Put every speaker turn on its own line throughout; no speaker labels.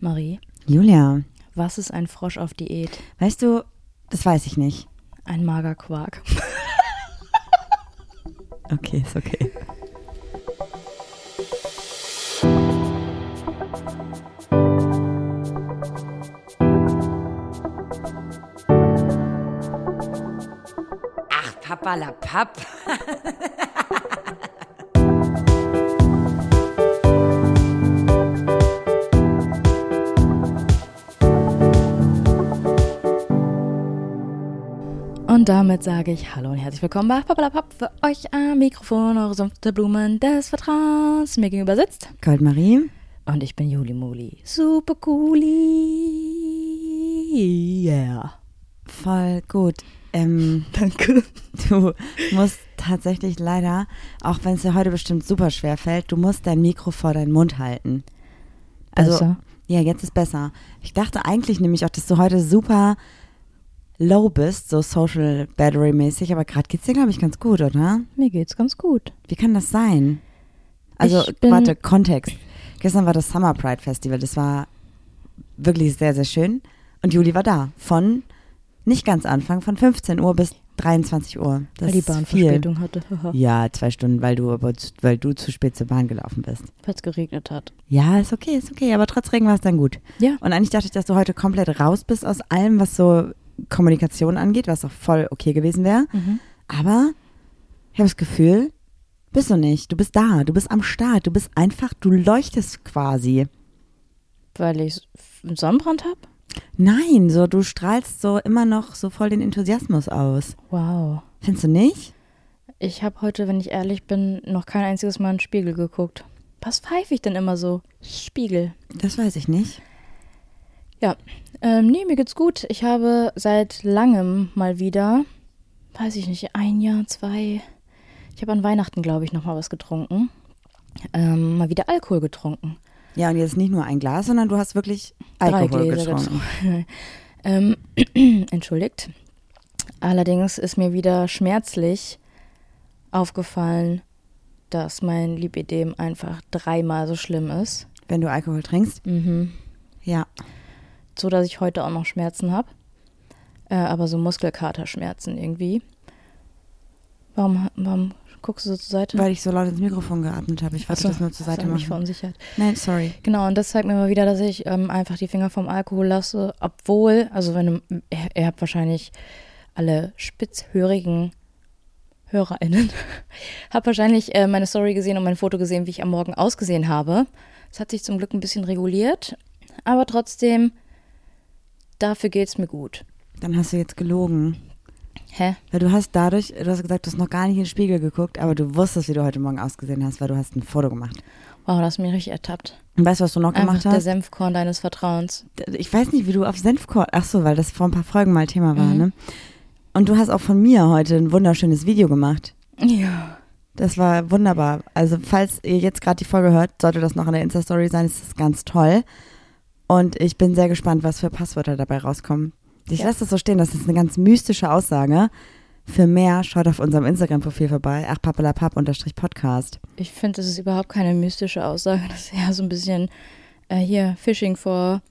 Marie,
Julia,
was ist ein Frosch auf Diät?
weißt du, das weiß ich nicht.
Ein mager Quark.
Okay, ist okay.
Ach, Papa la Papp.
Und damit sage ich Hallo und herzlich willkommen bei Pappalapapp für euch am Mikrofon, eure sanfte Blumen des Vertrauens. Mir gegenüber sitzt
Goldmarie,
und ich bin Juli Muli. Super cooli. Yeah.
voll gut. Ähm,
Danke.
du musst tatsächlich leider, auch wenn es dir heute bestimmt super schwer fällt, du musst dein Mikro vor deinen Mund halten. Also,
Besser?
ja, jetzt ist besser. Ich dachte eigentlich nämlich auch, dass du heute super low bist, so Social Battery mäßig, aber gerade geht's dir glaube ich ganz gut, oder?
Mir geht's ganz gut.
Wie kann das sein? Also,
Ich bin-
warte, Kontext. Gestern war das Summer Pride Festival. Das war wirklich sehr, sehr schön. Und Juli war da. Von nicht ganz Anfang, von 15 Uhr bis 23 Uhr. Das
Weil die
ist
Bahn
viel.
Verspätung hatte. Haha.
Ja, zwei Stunden, weil du, aber zu, weil du zu spät zur Bahn gelaufen bist.
Weil es geregnet hat.
Ja, ist okay, ist okay. Aber trotz Regen war es dann gut.
Ja.
Und eigentlich dachte ich, dass du heute komplett raus bist aus allem, was so Kommunikation angeht, was auch voll okay gewesen wäre. Aber ich habe das Gefühl, bist du nicht. Du bist da, du bist am Start, du bist einfach, du leuchtest quasi.
Weil ich einen Sonnenbrand habe?
Nein, so du strahlst so immer noch so voll den Enthusiasmus aus.
Wow.
Findest du nicht?
Ich habe heute, wenn ich ehrlich bin, noch kein einziges Mal in den Spiegel geguckt. Was pfeife ich denn immer so? Spiegel.
Das weiß ich nicht.
Ja. Ähm, nee, mir geht's gut. Ich habe seit langem mal wieder, weiß ich nicht, ein Jahr, zwei. Ich habe an Weihnachten, glaube ich, nochmal was getrunken. Ähm, mal wieder Alkohol getrunken.
Ja, und jetzt nicht nur ein Glas, sondern du hast wirklich Alkohol getrunken.
getrunken. ähm, entschuldigt. Allerdings ist mir wieder schmerzlich aufgefallen, dass mein Lipidem einfach dreimal so schlimm ist.
Wenn du Alkohol trinkst.
Mhm.
Ja.
So dass ich heute auch noch Schmerzen habe. Äh, aber so Muskelkaterschmerzen irgendwie. Warum, warum guckst du so zur Seite?
Weil ich so laut ins Mikrofon geatmet habe. Ich wollte
Achso,
das nur zur
hast du
Seite
mich
machen.
verunsichert.
Nein, sorry.
Genau, und das zeigt mir mal wieder, dass ich ähm, einfach die Finger vom Alkohol lasse, obwohl, also wenn du, ihr, ihr habt wahrscheinlich alle spitzhörigen HörerInnen, habt wahrscheinlich äh, meine Story gesehen und mein Foto gesehen, wie ich am Morgen ausgesehen habe. Es hat sich zum Glück ein bisschen reguliert, aber trotzdem, dafür geht's mir gut.
Dann hast du jetzt gelogen.
Hä?
Weil du hast dadurch, du hast gesagt, du hast noch gar nicht in den Spiegel geguckt, aber du wusstest, wie du heute Morgen ausgesehen hast, weil du hast ein Foto gemacht.
Wow, das hast du mich richtig ertappt.
Und weißt du, was du noch
Einfach
gemacht
der
hast?
Senfkorn deines Vertrauens.
Ich weiß nicht, wie du auf Senfkorn, ach so, weil das vor ein paar Folgen mal Thema
Mhm.
war, ne? Und du hast auch von mir heute ein wunderschönes Video gemacht.
Ja.
Das war wunderbar. Also, falls ihr jetzt gerade die Folge hört, sollte das noch in der Insta-Story sein, ist das ganz toll. Und ich bin sehr gespannt, was für Passwörter dabei rauskommen. Ich
Ja.
lasse das so stehen, das ist eine ganz mystische Aussage. Für mehr schaut auf unserem Instagram-Profil vorbei, ach unterstrich Podcast.
Ich finde, das ist überhaupt keine mystische Aussage. Das ist ja so ein bisschen äh, hier Fishing for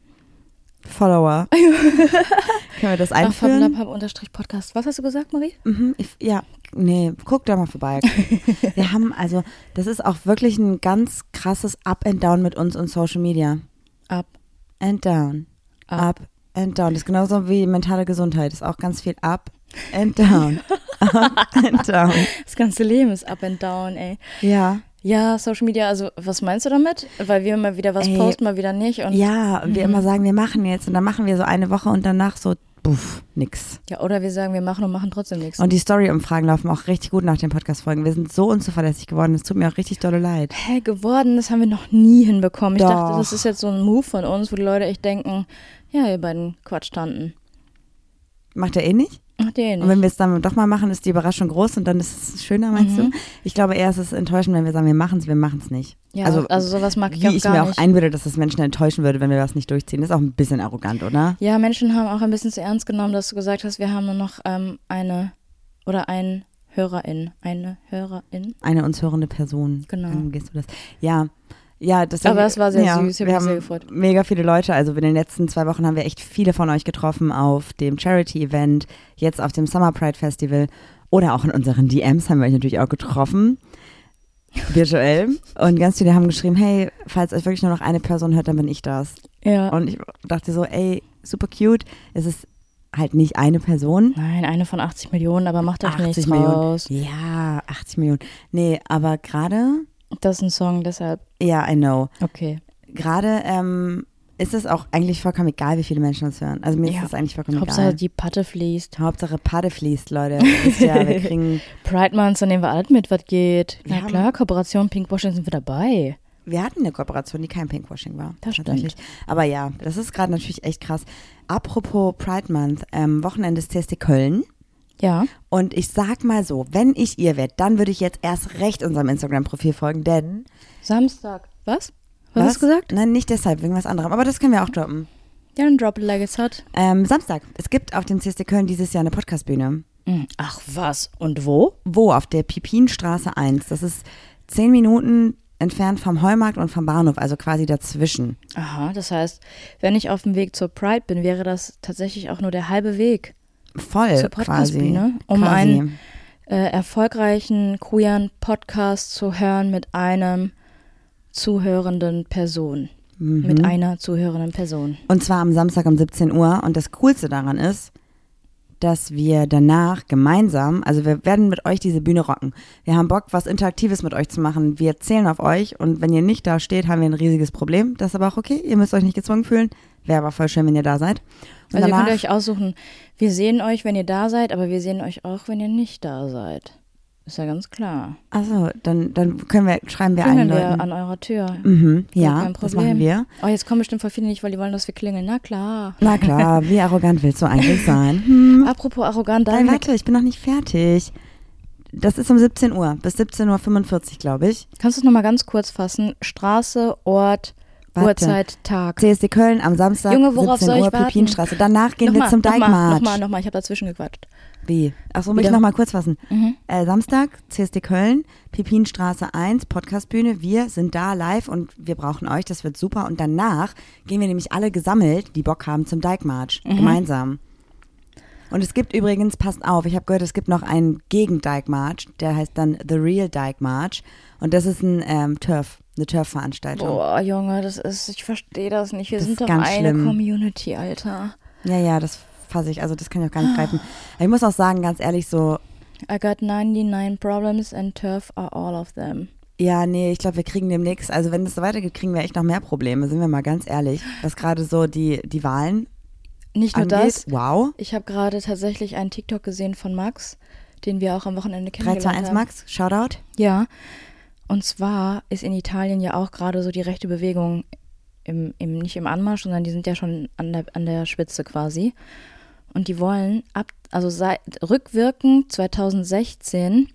Follower. Können wir das einführen?
Ach, unterstrich Podcast. Was hast du gesagt, Marie?
Mhm, ich, ja, nee, guck da mal vorbei. wir haben also, das ist auch wirklich ein ganz krasses Up and Down mit uns und Social Media.
Ab.
and down.
Up.
Up, and down. Das ist genauso wie mentale Gesundheit. Ist auch ganz viel up and down. up and down.
Das ganze Leben ist up and down, ey.
Ja.
Ja, Social Media, also was meinst du damit? Weil wir immer wieder was
Ey.
posten, mal wieder nicht. Und ja.
Ja, und wir immer sagen, wir machen jetzt und dann machen wir so eine Woche und danach so, puff, nix.
oder wir sagen, wir machen und machen trotzdem nichts.
Und die Story-Umfragen laufen auch richtig gut nach den Podcast-Folgen. Wir sind so unzuverlässig geworden, es tut mir auch richtig dolle leid.
Hä, geworden, das haben wir noch nie hinbekommen. Ich dachte,
Doch.
das ist jetzt so ein Move von uns, wo die Leute echt denken, ja, ihr beiden Quatschtanten.
Macht er eh nicht?
Macht ihr eh
Und wenn
nicht.
wir es dann doch mal machen, ist die Überraschung groß und dann ist es schöner, meinst
Mhm.
du? Ich glaube eher, es ist enttäuschend, wenn wir sagen, wir machen es, wir machen es nicht.
Ja, also, sowas mag ich
wie
auch
ich
gar
mir auch
nicht.
einbilde, dass das Menschen enttäuschen würde, wenn wir das nicht durchziehen. Das ist auch ein bisschen arrogant, oder?
Ja, Menschen haben auch ein bisschen zu ernst genommen, dass du gesagt hast, wir haben nur noch ähm, eine oder einen Hörerin. Eine Hörerin.
Eine uns hörende Person.
Genau.
Ähm, gehst du das? Ja, Ja, das
Aber es war sehr süß, ich hab
wir
mich
haben
sehr gefreut.
Mega viele Leute. Also in den letzten zwei Wochen haben wir echt viele von euch getroffen auf dem Charity-Event, jetzt auf dem Summer Pride Festival oder auch in unseren DMs haben wir euch natürlich auch getroffen. Virtuell. Und ganz viele haben geschrieben, hey, falls euch wirklich nur noch eine Person hört, dann bin ich das.
Ja.
Und ich dachte so, ey, super cute. Es ist halt nicht eine Person.
Nein, eine von 80 Millionen, aber macht euch nichts
Millionen.
raus.
Ja, 80 Millionen. Nee, aber gerade,
Das ist ein Song, deshalb.
ja, I know.
Okay.
Gerade ähm, ist es auch eigentlich vollkommen egal, wie viele Menschen das hören. Also mir
Ja.
ist es eigentlich vollkommen
Hauptsache
egal.
die Patte fließt.
Hauptsache Pade fließt, Leute. Wisst ihr, wir kriegen,
Pride Month, dann nehmen wir alles mit, was geht.
Wir
Na
haben-
klar, Kooperation, Pinkwaschen sind wir dabei.
wir hatten eine Kooperation, die kein Pinkwashing war.
Das stimmt.
tatsächlich. Aber ja, das ist gerade natürlich echt krass. Apropos Pride Month, ähm, Wochenende ist TSD Köln.
Ja.
Und ich sag mal so, wenn ich ihr wäre, dann würde ich jetzt erst recht unserem Instagram-Profil folgen, denn.
Samstag. Was? Was, Hm? hast du gesagt?
Nein, nicht deshalb, wegen was anderem. Aber das können wir auch droppen.
Ja, dann drop it like it's hot.
Ähm, Samstag. Es gibt auf dem CSD Köln dieses Jahr eine Podcastbühne.
Mhm. Ach was? Und wo?
Wo? Auf der Pipinstraße 1. Das ist zehn Minuten entfernt vom Heumarkt und vom Bahnhof, also quasi dazwischen.
Aha, das heißt, wenn ich auf dem Weg zur Pride bin, wäre das tatsächlich auch nur der halbe Weg
Voll
zur
quasi.
Podcastbühne, um
quasi.
einen äh, erfolgreichen queeren Podcast zu hören mit einem zuhörenden Person.
Mhm.
Mit einer zuhörenden Person.
Und zwar am Samstag um 17 Uhr. Und das Coolste daran ist, dass wir danach gemeinsam, also wir werden mit euch diese Bühne rocken. Wir haben Bock, was Interaktives mit euch zu machen. Wir zählen auf euch. Und wenn ihr nicht da steht, haben wir ein riesiges Problem. Das ist aber auch okay. Ihr müsst euch nicht gezwungen fühlen. Wäre aber voll schön, wenn ihr da seid. Und
Also ihr
danach,
könnt euch aussuchen, wir sehen euch, wenn ihr da seid, aber wir sehen euch auch, wenn ihr nicht da seid. Ist ja ganz klar.
also, dann, dann können wir, schreiben wir allen
Klingeln wir
Leuten.
an eurer Tür.
Mhm,
Ja,
ja,
kein
das
Problem.
machen wir.
Oh, jetzt kommen bestimmt voll viele nicht, weil die wollen, dass wir klingeln. Na klar.
Na klar, wie arrogant willst du eigentlich sein? Hm.
Apropos arrogant,
Nein,
David,
warte, ich bin noch nicht fertig. Das ist um 17 Uhr, bis 17.45 Uhr, glaube ich.
kannst du es nochmal ganz kurz fassen? Straße, Ort,
Warte.
Uhrzeit, Tag.
CSD Köln am Samstag,
Junge, worauf
17
soll ich
Uhr,
warten?
Pipinstraße. Danach gehen
nochmal,
wir zum
Nochmal,
Dijkmarsch.
nochmal, nochmal, ich habe dazwischen gequatscht.
Wie? Achso, muss ich
Wieder. Mhm.
nochmal kurz fassen. Äh, Samstag, CSD Köln, Pipinstraße 1, Podcastbühne. Wir sind da live und wir brauchen euch, das wird super. Und danach gehen wir nämlich alle gesammelt, die Bock haben, zum Dijkmarsch.
Mhm.
Gemeinsam. Und es gibt übrigens, passt auf, ich habe gehört, es gibt noch einen Gegen-Dijkmarsch, der heißt dann The Real Dijkmarsch. Und das ist ein ähm, Turf, eine Turf-Veranstaltung.
Boah, Junge, das ist, ich verstehe das nicht. Wir
Das
sind
ist
doch
ganz
eine
schlimm.
Community, Alter.
Ja, ja, das fasse ich, also das kann ich auch gar nicht greifen. Ich muss auch sagen, ganz ehrlich, so,
I got 99 problems and turf are all of them.
ja, nee, ich glaube, wir kriegen demnächst, also wenn es so weitergeht, kriegen wir echt noch mehr Probleme, sind wir mal ganz ehrlich. Was gerade so die, die Wahlen
Nicht nur
angeht,
das,
wow.
ich habe gerade tatsächlich einen TikTok gesehen von Max, den wir auch am Wochenende
3,
kennengelernt
2,
haben.
1, Max, Shoutout.
Ja. Und zwar ist in Italien ja auch gerade so die rechte Bewegung im, im, nicht im Anmarsch, sondern die sind ja schon an der, an der Spitze quasi. Und die wollen ab, also seit, rückwirkend 2016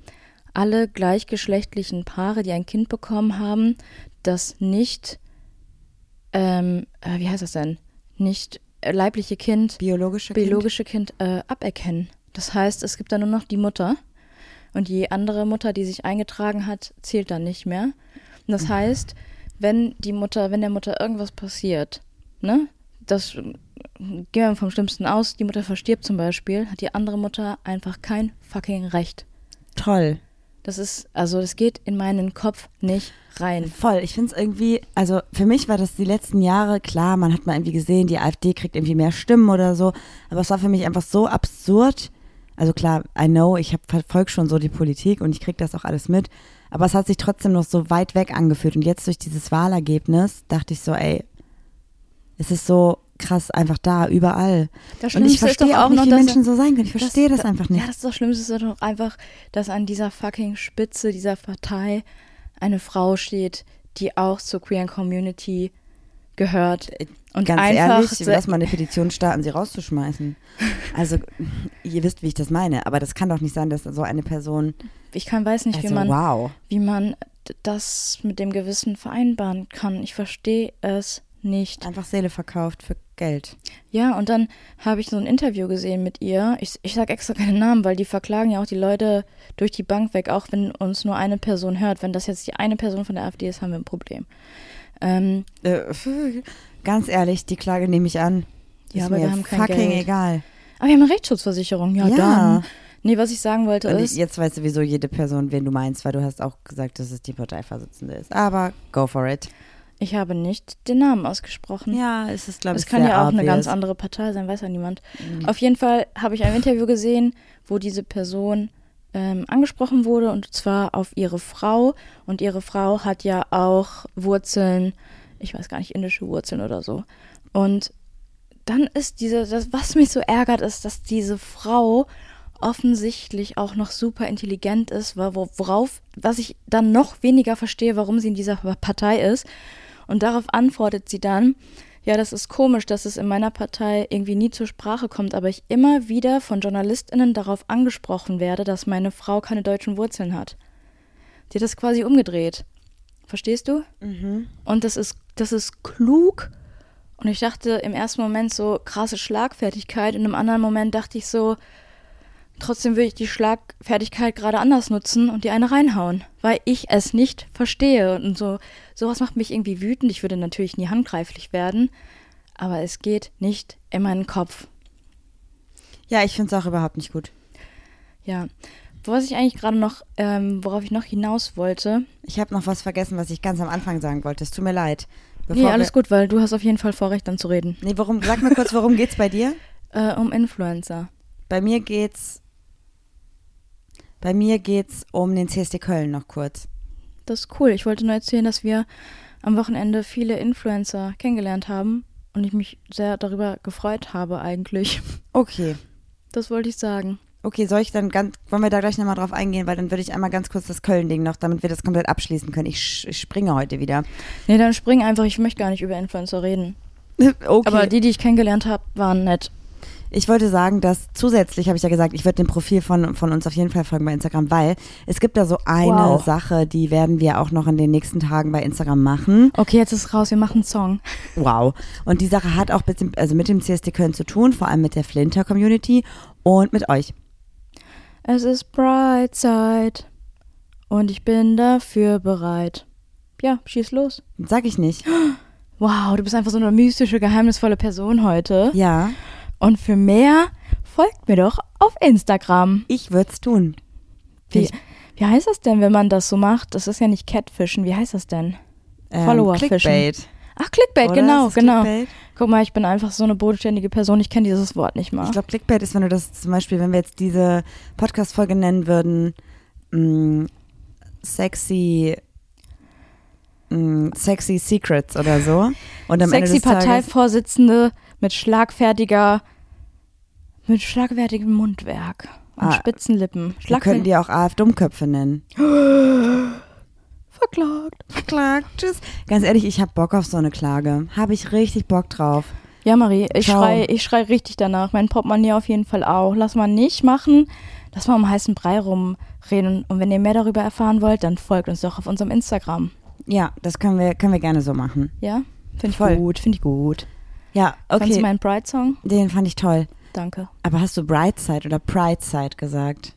alle gleichgeschlechtlichen Paare, die ein Kind bekommen haben, das nicht, ähm, äh, wie heißt das denn? Nicht äh, leibliche Kind
Biologische Kind.
biologische Kind äh, aberkennen. Das heißt, es gibt dann nur noch die Mutter und die andere Mutter, die sich eingetragen hat, zählt dann nicht mehr. Und das heißt, wenn die Mutter, wenn der Mutter irgendwas passiert, ne, das äh, gehen wir vom Schlimmsten aus, die Mutter verstirbt zum Beispiel, hat die andere Mutter einfach kein fucking Recht.
Toll.
Das ist, also das geht in meinen Kopf nicht rein.
Voll, ich finde es irgendwie, also für mich war das die letzten Jahre, klar, man hat mal irgendwie gesehen, die AfD kriegt irgendwie mehr Stimmen oder so, aber es war für mich einfach so absurd. Also klar, I know, ich hab- verfolg schon so die Politik und ich krieg das auch alles mit, aber es hat sich trotzdem noch so weit weg angefühlt und jetzt durch dieses Wahlergebnis dachte ich so, ey, es ist so krass einfach da, überall.
Das
und ich
Schlimmste ist doch
verstehe auch
auch
nicht,
noch,
wie
dass-
Menschen so sein können, ich verstehe das,
da-
einfach nicht.
Ja, das ist das Schlimmste doch einfach, dass an dieser fucking Spitze dieser Partei eine Frau steht, die auch zur queeren Community gehört. Und
Ganz
einfach
ehrlich,
se-
lass mal eine Petition starten, sie rauszuschmeißen. Also, ihr wisst, wie ich das meine, aber das kann doch nicht sein, dass so eine Person.
ich kann weiß nicht,
Also,
wie man
wow.
wie man d- das mit dem Gewissen vereinbaren kann. Ich verstehe es nicht.
Einfach Seele verkauft für Geld.
Ja, und dann habe ich so ein Interview gesehen mit ihr. Ich, ich sage extra keinen Namen, weil die verklagen ja auch die Leute durch die Bank weg, auch wenn uns nur eine Person hört. Wenn das jetzt die eine Person von der AfD ist, haben wir ein Problem. Ähm,
Äh, pf, ganz ehrlich, die Klage nehme ich an.
Ja,
ist
aber
mir
wir haben kein
fucking
Geld.
egal.
aber wir haben eine Rechtsschutzversicherung. Ja,
Ja.
dann. Nee, was ich sagen wollte
Und
ist,
ich, jetzt weißt du, wieso jede Person, wen du meinst, weil du hast auch gesagt, dass es die Parteivorsitzende ist. Aber go for it.
ich habe nicht den Namen ausgesprochen.
Ja, es ist, glaube
Es kann ja auch eine ganz andere Partei sein, weiß ja niemand.
Mhm.
Auf jeden Fall habe ich ein Interview gesehen, wo diese Person ähm, angesprochen wurde und zwar auf ihre Frau. Und ihre Frau hat ja auch Wurzeln, ich weiß gar nicht, indische Wurzeln oder so. Und dann ist diese, das, was mich so ärgert, ist, dass diese Frau offensichtlich auch noch super intelligent ist, wa- wo- worauf, was ich dann noch weniger verstehe, warum sie in dieser Partei ist. Und darauf antwortet sie dann, ja, das ist komisch, dass es in meiner Partei irgendwie nie zur Sprache kommt, aber ich immer wieder von JournalistInnen darauf angesprochen werde, dass meine Frau keine deutschen Wurzeln hat. Die hat das quasi umgedreht. Verstehst du? Und das ist, das ist klug. Und ich dachte im ersten Moment so krasse Schlagfertigkeit und im anderen Moment dachte ich so, trotzdem will ich die Schlagfertigkeit gerade anders nutzen und die eine reinhauen, weil ich es nicht verstehe. Und so, sowas macht mich irgendwie wütend. Ich würde natürlich nie handgreiflich werden, aber es geht nicht in meinen Kopf.
Ja, ich finde es auch überhaupt nicht gut.
Ja. Was ich eigentlich gerade noch, ähm, worauf ich noch hinaus wollte.
Ich habe noch was vergessen, was ich ganz am Anfang sagen wollte. Es tut mir leid.
nee, alles
wir-
gut, weil du hast auf jeden Fall Vorrecht, dann zu reden.
Nee, worum, sag mal kurz, worum geht's bei dir?
Äh, um Influencer.
Bei mir geht's. Bei mir geht's um den CSD Köln noch kurz.
Das ist cool. Ich wollte nur erzählen, dass wir am Wochenende viele Influencer kennengelernt haben und ich mich sehr darüber gefreut habe eigentlich.
Okay.
Das wollte ich sagen.
Okay, soll ich dann ganz, wollen wir da gleich nochmal drauf eingehen, weil dann würde ich einmal ganz kurz das Köln-Ding noch, damit wir das komplett abschließen können. Ich, sch- ich springe heute wieder.
Nee, dann spring einfach. Ich möchte gar nicht über Influencer reden.
Okay.
Aber die, die ich kennengelernt habe, waren nett.
Ich wollte sagen, dass zusätzlich habe ich ja gesagt, ich würde dem Profil von, von uns auf jeden Fall folgen bei Instagram, weil es gibt da so eine
Wow.
Sache, die werden wir auch noch in den nächsten Tagen bei Instagram machen.
Okay, jetzt ist raus. Wir machen einen Song.
Wow. Und die Sache hat auch mit dem, also mit dem CSD Köln zu tun, vor allem mit der Flinter Community und mit euch.
Es ist Bright Side und ich bin dafür bereit. Ja, schieß los.
Sag ich nicht.
Wow, du bist einfach so eine mystische, geheimnisvolle Person heute.
Ja,
Und für mehr folgt mir doch auf Instagram.
ich würde es tun.
Wie,
Ich-
wie heißt das denn, wenn man das so macht? Das ist ja nicht Catfischen. Wie heißt das denn?
Ähm,
Follower
Clickbait.
Ach, Clickbait,
Oder?
genau,
Ist das
genau.
Clickbait?
Guck mal, ich bin einfach so eine bodenständige Person. Ich kenne dieses Wort nicht mal.
Ich glaube, Clickbait ist, wenn du das zum Beispiel, wenn wir jetzt diese Podcast-Folge nennen würden, mh, sexy, mh, sexy Secrets oder so. Und am Ende
Sexy
des Tages,
Parteivorsitzende mit schlagfertiger, mit schlagfertigem Mundwerk und
Ah,
spitzen Lippen.
wir könnten
Schlagfertig
die auch AfD-Dummköpfe nennen.
verklagt.
Klagt, tschüss. Ganz ehrlich, ich habe Bock auf so eine Klage. Habe ich richtig Bock drauf.
Ja, Marie, ich
Ciao.
schrei, ich schrei richtig danach. Mein Portemonnaie auf jeden Fall auch. Lass mal nicht machen. Lass mal um heißen Brei rumreden. Und wenn ihr mehr darüber erfahren wollt, dann folgt uns doch auf unserem Instagram.
Ja, das können wir, können wir gerne so machen.
Ja? Finde ich
Voll.
gut, finde ich gut.
Ja,
Fandst du
okay.
meinen Pride-Song?
Den fand ich toll.
Danke.
Aber hast du Brightside oder Prideside gesagt?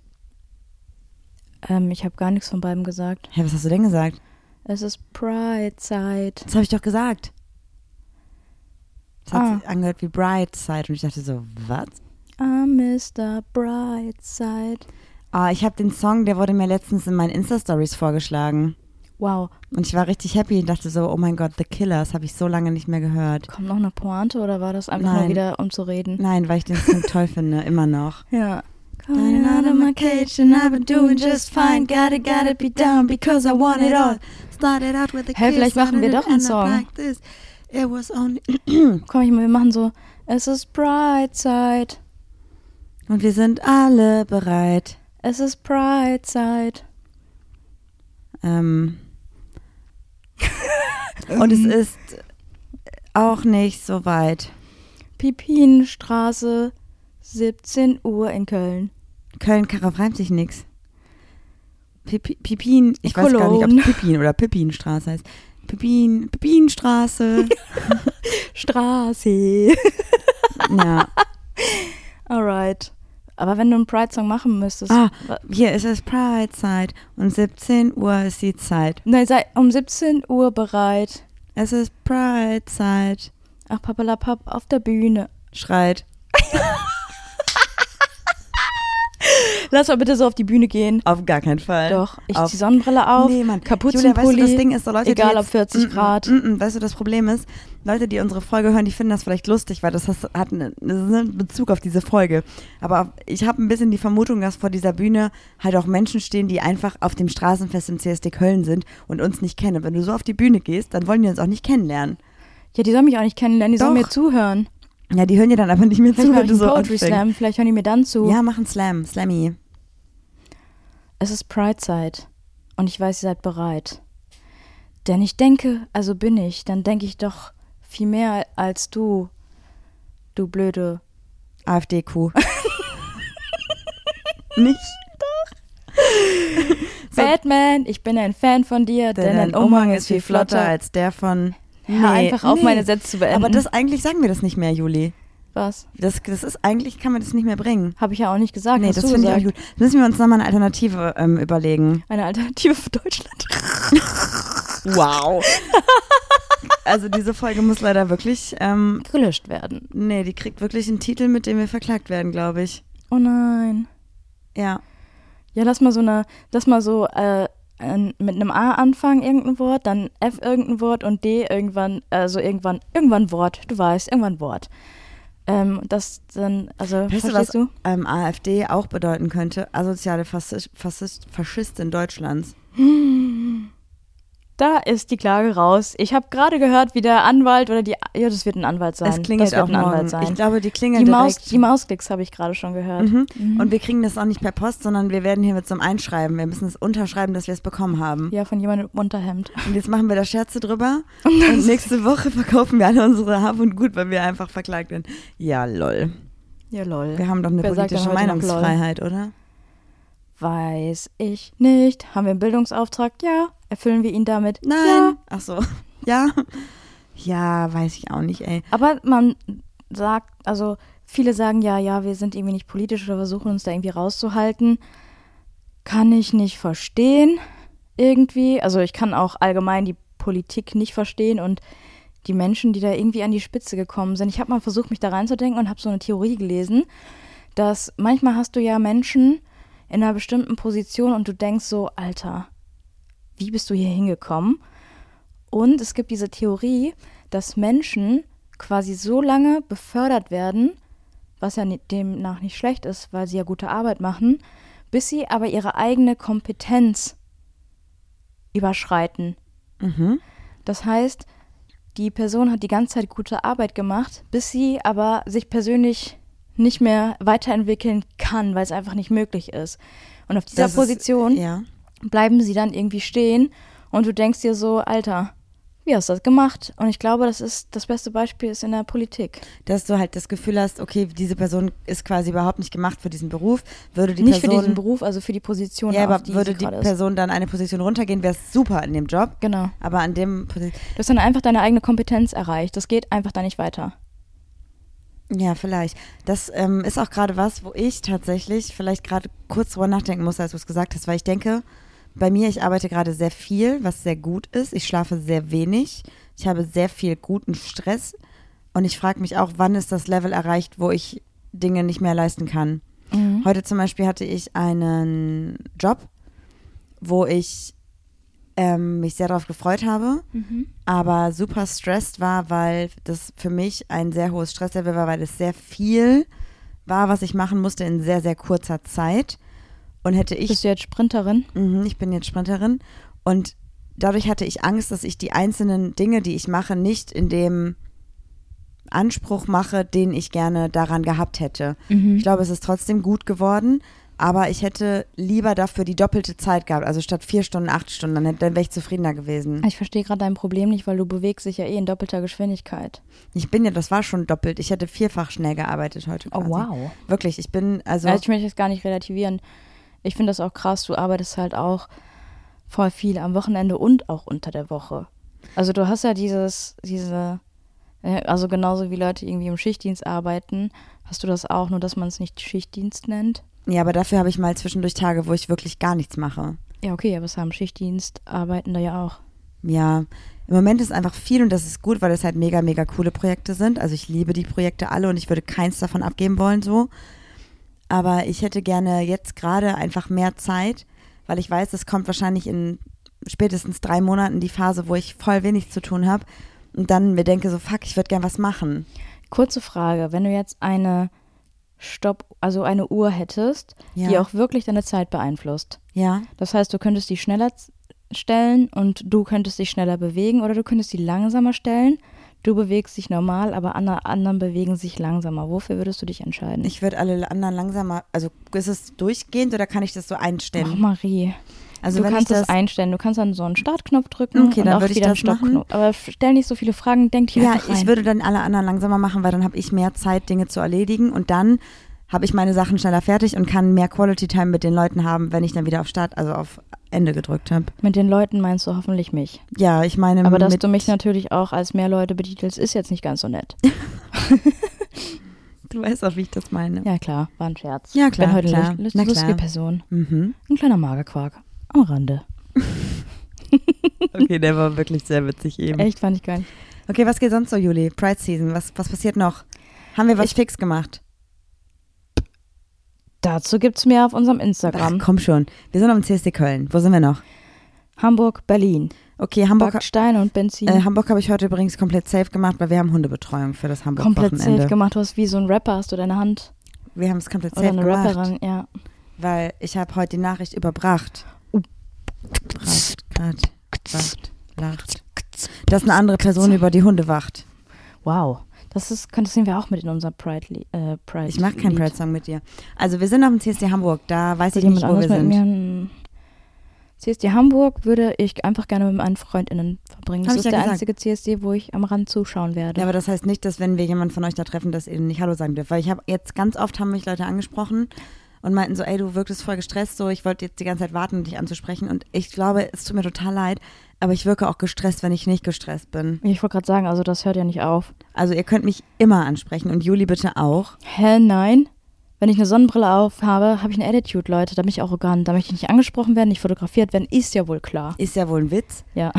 Ähm, ich habe gar nichts von beidem gesagt.
Hä, was hast du denn gesagt?
Es ist Pride-Zeit.
Das habe ich doch gesagt. Das hat
Ah.
sich angehört wie Brightside und ich dachte so, was?
I'm Mr. Brightside.
Ah, ich habe den Song, der wurde mir letztens in meinen Insta-Stories vorgeschlagen.
Wow,
Und ich war richtig happy und dachte so, oh mein Gott, The Killers habe ich so lange nicht mehr gehört.
kommt noch eine Pointe oder war das einfach
Nein.
nur wieder um zu reden?
Nein, weil ich den Song toll finde, immer noch.
Ja.
Flying out of my cage and I've been doing just fine. Gotta, gotta be down because I want it all. Started out with a
Hä,
kiss
vielleicht machen wir
started
doch einen
and I
Song.
like this. It was only
Komm, ich, wir machen so, es ist Brightside,
Und wir sind alle bereit.
es ist Brightside.
Ähm. Und es ist auch nicht so weit.
Pipinenstraße, 17 Uhr in Köln.
Köln, Karaff reimt sich nix. Pipi- Pipin, ich weiß gar nicht, ob
Cologne.
es Pipin oder Pipinstraße heißt. Pipin, Pipinstraße.
Straße.
ja.
Alright. Aber wenn du einen Pride-Song machen müsstest.
Ah,
wa-
hier ist es Pride-Zeit und 17 Uhr ist die Zeit.
Nein, sei um 17 Uhr bereit.
Es ist Pride-Zeit.
Ach, papalapap, auf der Bühne.
Schreit.
Lass mal bitte so auf die Bühne gehen.
Auf gar keinen Fall.
Doch, ich
Äh, auf
die Sonnenbrille auf,
Nee, Mann.
Kapuzenpulli,
Julia, weißt du, das Ding ist so Leute,
egal
die
ob 40
Mm,
Grad.
Mm, mm, weißt du, das Problem ist, Leute, die unsere Folge hören, die finden das vielleicht lustig, weil das hast, hat einen, das ist ein Bezug auf diese Folge. Aber ich habe ein bisschen die Vermutung, dass vor dieser Bühne halt auch Menschen stehen, die einfach auf dem Straßenfest im CSD Köln sind und uns nicht kennen. Wenn du so auf die Bühne gehst, dann wollen die uns auch nicht kennenlernen.
Ja, die sollen mich auch nicht kennenlernen, die sollen
Doch.
mir zuhören.
Ja, die hören dir dann einfach nicht mehr
Vielleicht
zu,
mache
wenn
ich
du
einen
so
Poetry
anfängst.
Slam, vielleicht hören die mir dann zu.
Ja, mach einen Slam, Slammy.
Es ist Pride-Zeit und ich weiß, ihr seid bereit. Denn ich denke, also bin ich, dann denke ich doch viel mehr als du, du blöde.
AfD-Kuh. nicht? So.
Batman, ich bin ein Fan von dir, denn, dein Umhang ist viel flotter. Als
als der von.
Hör einfach auf, meine Sätze zu beenden.
Aber das eigentlich sagen wir das nicht mehr, Juli.
Was?
Das, das ist eigentlich kann man das nicht mehr bringen.
Habe ich ja auch nicht gesagt.
Nee,
hast
das
du
finde ich auch
gesagt.
nicht gut. Das müssen wir uns nochmal eine Alternative ähm, überlegen.
Eine Alternative für Deutschland.
Wow. also diese Folge muss leider wirklich, ähm,
Gelöscht werden.
nee, die kriegt wirklich einen Titel, mit dem wir verklagt werden, glaube ich.
Oh nein.
Ja.
Ja, lass mal so eine, lass mal so äh, ein, mit einem A anfangen irgendein Wort, dann F irgendein Wort und D irgendwann, also irgendwann, irgendwann Wort, du weißt, irgendwann Wort. Ähm, das dann, also
Weißt du, was
verstehst du?
Ähm, AfD auch bedeuten könnte? Asoziale Faschist, Faschist, Faschistin Deutschlands.
Da ist die Klage raus. Ich habe gerade gehört, wie der Anwalt oder die, ja, das wird ein Anwalt sein.
Es
das
klingelt
wird
auch
ein Anwalt
morgen. Ich
sein.
glaube, die klingeln
Die, Maus,
direkt.
die Mausklicks habe ich gerade schon gehört.
Mhm. Und wir kriegen das auch nicht per Post, sondern wir werden hier mit so einem Einschreiben. Wir müssen es unterschreiben, dass wir es bekommen haben.
Ja, von jemandem im Unterhemd.
Und jetzt machen wir da Scherze drüber. Und nächste Woche verkaufen wir alle unsere Hab und Gut, weil wir einfach verklagt werden. Ja, lol.
Ja, lol.
Wir haben doch eine
Wer sagt denn
politische
heute noch lol?
Meinungsfreiheit, oder?
Weiß ich nicht. Haben wir einen Bildungsauftrag? Ja. Erfüllen wir ihn damit?
Nein.
Ja.
Ach so. Ja. Ja, weiß ich auch nicht, ey.
Aber man sagt, also viele sagen ja, ja, wir sind irgendwie nicht politisch oder versuchen uns da irgendwie rauszuhalten. Kann ich nicht verstehen irgendwie. Also ich kann auch allgemein die Politik nicht verstehen und die Menschen, die da irgendwie an die Spitze gekommen sind. Ich habe mal versucht, mich da reinzudenken und habe so eine Theorie gelesen, dass manchmal hast du ja Menschen in einer bestimmten Position und du denkst so, Alter, wie bist du hier hingekommen? Und es gibt diese Theorie, dass Menschen quasi so lange befördert werden, was ja ni- demnach nicht schlecht ist, weil sie ja gute Arbeit machen, bis sie aber ihre eigene Kompetenz überschreiten.
Mhm.
Das heißt, die Person hat die ganze Zeit gute Arbeit gemacht, bis sie aber sich persönlich nicht mehr weiterentwickeln kann, weil es einfach nicht möglich ist. Und auf dieser
Das ist-
Position
Ja.
bleiben sie dann irgendwie stehen und du denkst dir so, Alter, wie hast du das gemacht? Und ich glaube, das ist das beste Beispiel ist in der Politik.
Dass du halt das Gefühl hast, okay, diese Person ist quasi überhaupt nicht gemacht für diesen Beruf. Würde die
Nicht für
Person.
diesen Beruf, also für die Position,
ja,
auf
aber
die
würde
sie
die
gerade ist.
Person dann eine Position runtergehen, wäre es super in dem Job.
Genau.
Aber an dem. Posi-
Du hast dann einfach deine eigene Kompetenz erreicht. Das geht einfach da nicht weiter.
Ja, vielleicht. Das ähm, ist auch gerade was, wo ich tatsächlich vielleicht gerade kurz drüber nachdenken muss, als du es gesagt hast, weil ich denke, bei mir, ich arbeite gerade sehr viel, was sehr gut ist. Ich schlafe sehr wenig. Ich habe sehr viel guten Stress. Und ich frage mich auch, wann ist das Level erreicht, wo ich Dinge nicht mehr leisten kann. Heute zum Beispiel hatte ich einen Job, wo ich ähm, mich sehr darauf gefreut habe, aber super stressed war, weil das für mich ein sehr hohes Stresslevel war, weil es sehr viel war, was ich machen musste in sehr, sehr kurzer Zeit. Und hätte ich
Bist du jetzt Sprinterin?
Mhm, ich bin jetzt Sprinterin und dadurch hatte ich Angst, dass ich die einzelnen Dinge, die ich mache, nicht in dem Anspruch mache, den ich gerne daran gehabt hätte. Ich glaube, es ist trotzdem gut geworden, aber ich hätte lieber dafür die doppelte Zeit gehabt, also statt vier Stunden, acht Stunden, dann, hätte- dann wäre ich zufriedener gewesen.
Ich verstehe gerade dein Problem nicht, weil du bewegst dich ja eh in doppelter Geschwindigkeit.
Ich bin ja, das war schon doppelt, ich hätte vierfach schnell gearbeitet heute. Quasi. Wirklich, ich bin, also,
Also ich möchte das gar nicht relativieren. Ich finde das auch krass, du arbeitest halt auch voll viel am Wochenende und auch unter der Woche. Also du hast ja dieses, diese, äh, also genauso wie Leute irgendwie im Schichtdienst arbeiten, hast du das auch, nur dass man es nicht Schichtdienst nennt.
ja, aber dafür habe ich mal zwischendurch Tage, wo ich wirklich gar nichts mache.
Ja, okay, aber es haben Schichtdienst, arbeiten da ja auch.
Ja, Im Moment ist einfach viel und das ist gut, weil es halt mega, mega coole Projekte sind. Also ich liebe die Projekte alle und ich würde keins davon abgeben wollen so. Aber ich hätte gerne jetzt gerade einfach mehr Zeit, weil ich weiß, es kommt wahrscheinlich in spätestens drei Monaten die Phase, wo ich voll wenig zu tun habe und dann mir denke so, fuck, ich würde gern was machen.
Kurze Frage, wenn du jetzt eine Stopp, also eine Uhr hättest,
Ja.
die auch wirklich deine Zeit beeinflusst.
Ja,
Das heißt, du könntest die schneller z- stellen und du könntest dich schneller bewegen oder du könntest die langsamer stellen. Du bewegst dich normal, aber andere anderen bewegen sich langsamer. Wofür würdest du dich entscheiden?
ich würde alle anderen langsamer, also ist es durchgehend oder kann ich das so
Ach,
einstellen?
Marie.
Also
du
wenn
kannst
ich
das,
das,
einstellen. Du kannst dann so einen Startknopf drücken
Okay,
und
dann
auch
würd ich
wieder einen
das machen.
Stoppknopf. Aber f- stell nicht so viele Fragen, denk dich
ja,
einfach rein.
ich würde dann alle anderen langsamer machen, weil dann habe ich mehr Zeit, Dinge zu erledigen und dann habe ich meine Sachen schneller fertig und kann mehr Quality Time mit den Leuten haben, wenn ich dann wieder auf Start, also auf Ende gedrückt habe.
Mit den Leuten meinst du hoffentlich mich.
Ja, ich meine,
Aber dass
Ähm, mit,
du mich natürlich auch als mehr Leute betitelst, ist jetzt nicht ganz so nett.
du weißt auch, wie ich das meine.
Ja, klar, war ein Scherz.
Ja,
Ich
klar,
bin heute
klar.
eine lust-
Na,
lustige
klar.
Person.
Mhm.
Ein kleiner Magerquark am Rande.
Okay, der war wirklich sehr witzig eben.
Echt, fand ich geil.
Okay, was geht sonst so, Juli? Pride Season, was, was passiert noch? Haben wir was
Ich-
fix gemacht?
Dazu gibt's mehr auf unserem
Ach,
Instagram.
komm schon. Wir sind am CSD Köln. Wo sind wir noch?
Hamburg, Berlin.
Okay, Hamburg,
Backstein und Benzin.
äh, Hamburg habe ich heute übrigens komplett safe gemacht, weil wir haben Hundebetreuung für das
Komplett safe
Hamburg-Wochenende.
gemacht. Du hast wie so ein Rapper, hast du deine Hand
Wir haben es komplett
oder
safe
eine
gemacht,
Rapperin, ja.
weil ich habe heute die Nachricht überbracht.
Uh.
Bracht, grad, wacht, lacht. Dass eine andere Person über die Hunde wacht.
Wow. Das ist, könntest sehen wir auch mit in unser Pride, äh, Pride
Ich mag keinen
Lied.
Pride-Song mit dir. Also wir sind auf dem CSD Hamburg, da weiß
Hat
ich nicht,
jemand
wo wir
anderes mit
sind.
mir ein CSD Hamburg würde ich einfach gerne mit meinen FreundInnen verbringen. Das
Hab ich
ist
ja
der
gesagt.
einzige CSD, wo ich am Rand zuschauen werde.
Ja, aber das heißt nicht, dass wenn wir jemanden von euch da treffen, dass ihr nicht Hallo sagen dürft. Weil ich habe jetzt ganz oft haben mich Leute angesprochen und meinten so, ey, du wirktest voll gestresst, so ich wollte jetzt die ganze Zeit warten, um dich anzusprechen. Und ich glaube, es tut mir total leid, aber ich wirke auch gestresst, wenn ich nicht gestresst bin.
ich wollte gerade sagen, also das hört ja nicht auf.
Also ihr könnt mich immer ansprechen und Juli bitte auch.
Hä, nein. Wenn ich eine Sonnenbrille auf habe, habe ich eine Attitude, Leute. Da bin ich arrogant. Da möchte ich nicht angesprochen werden, nicht fotografiert werden. Ist ja wohl klar.
Ist ja wohl ein Witz.
Ja.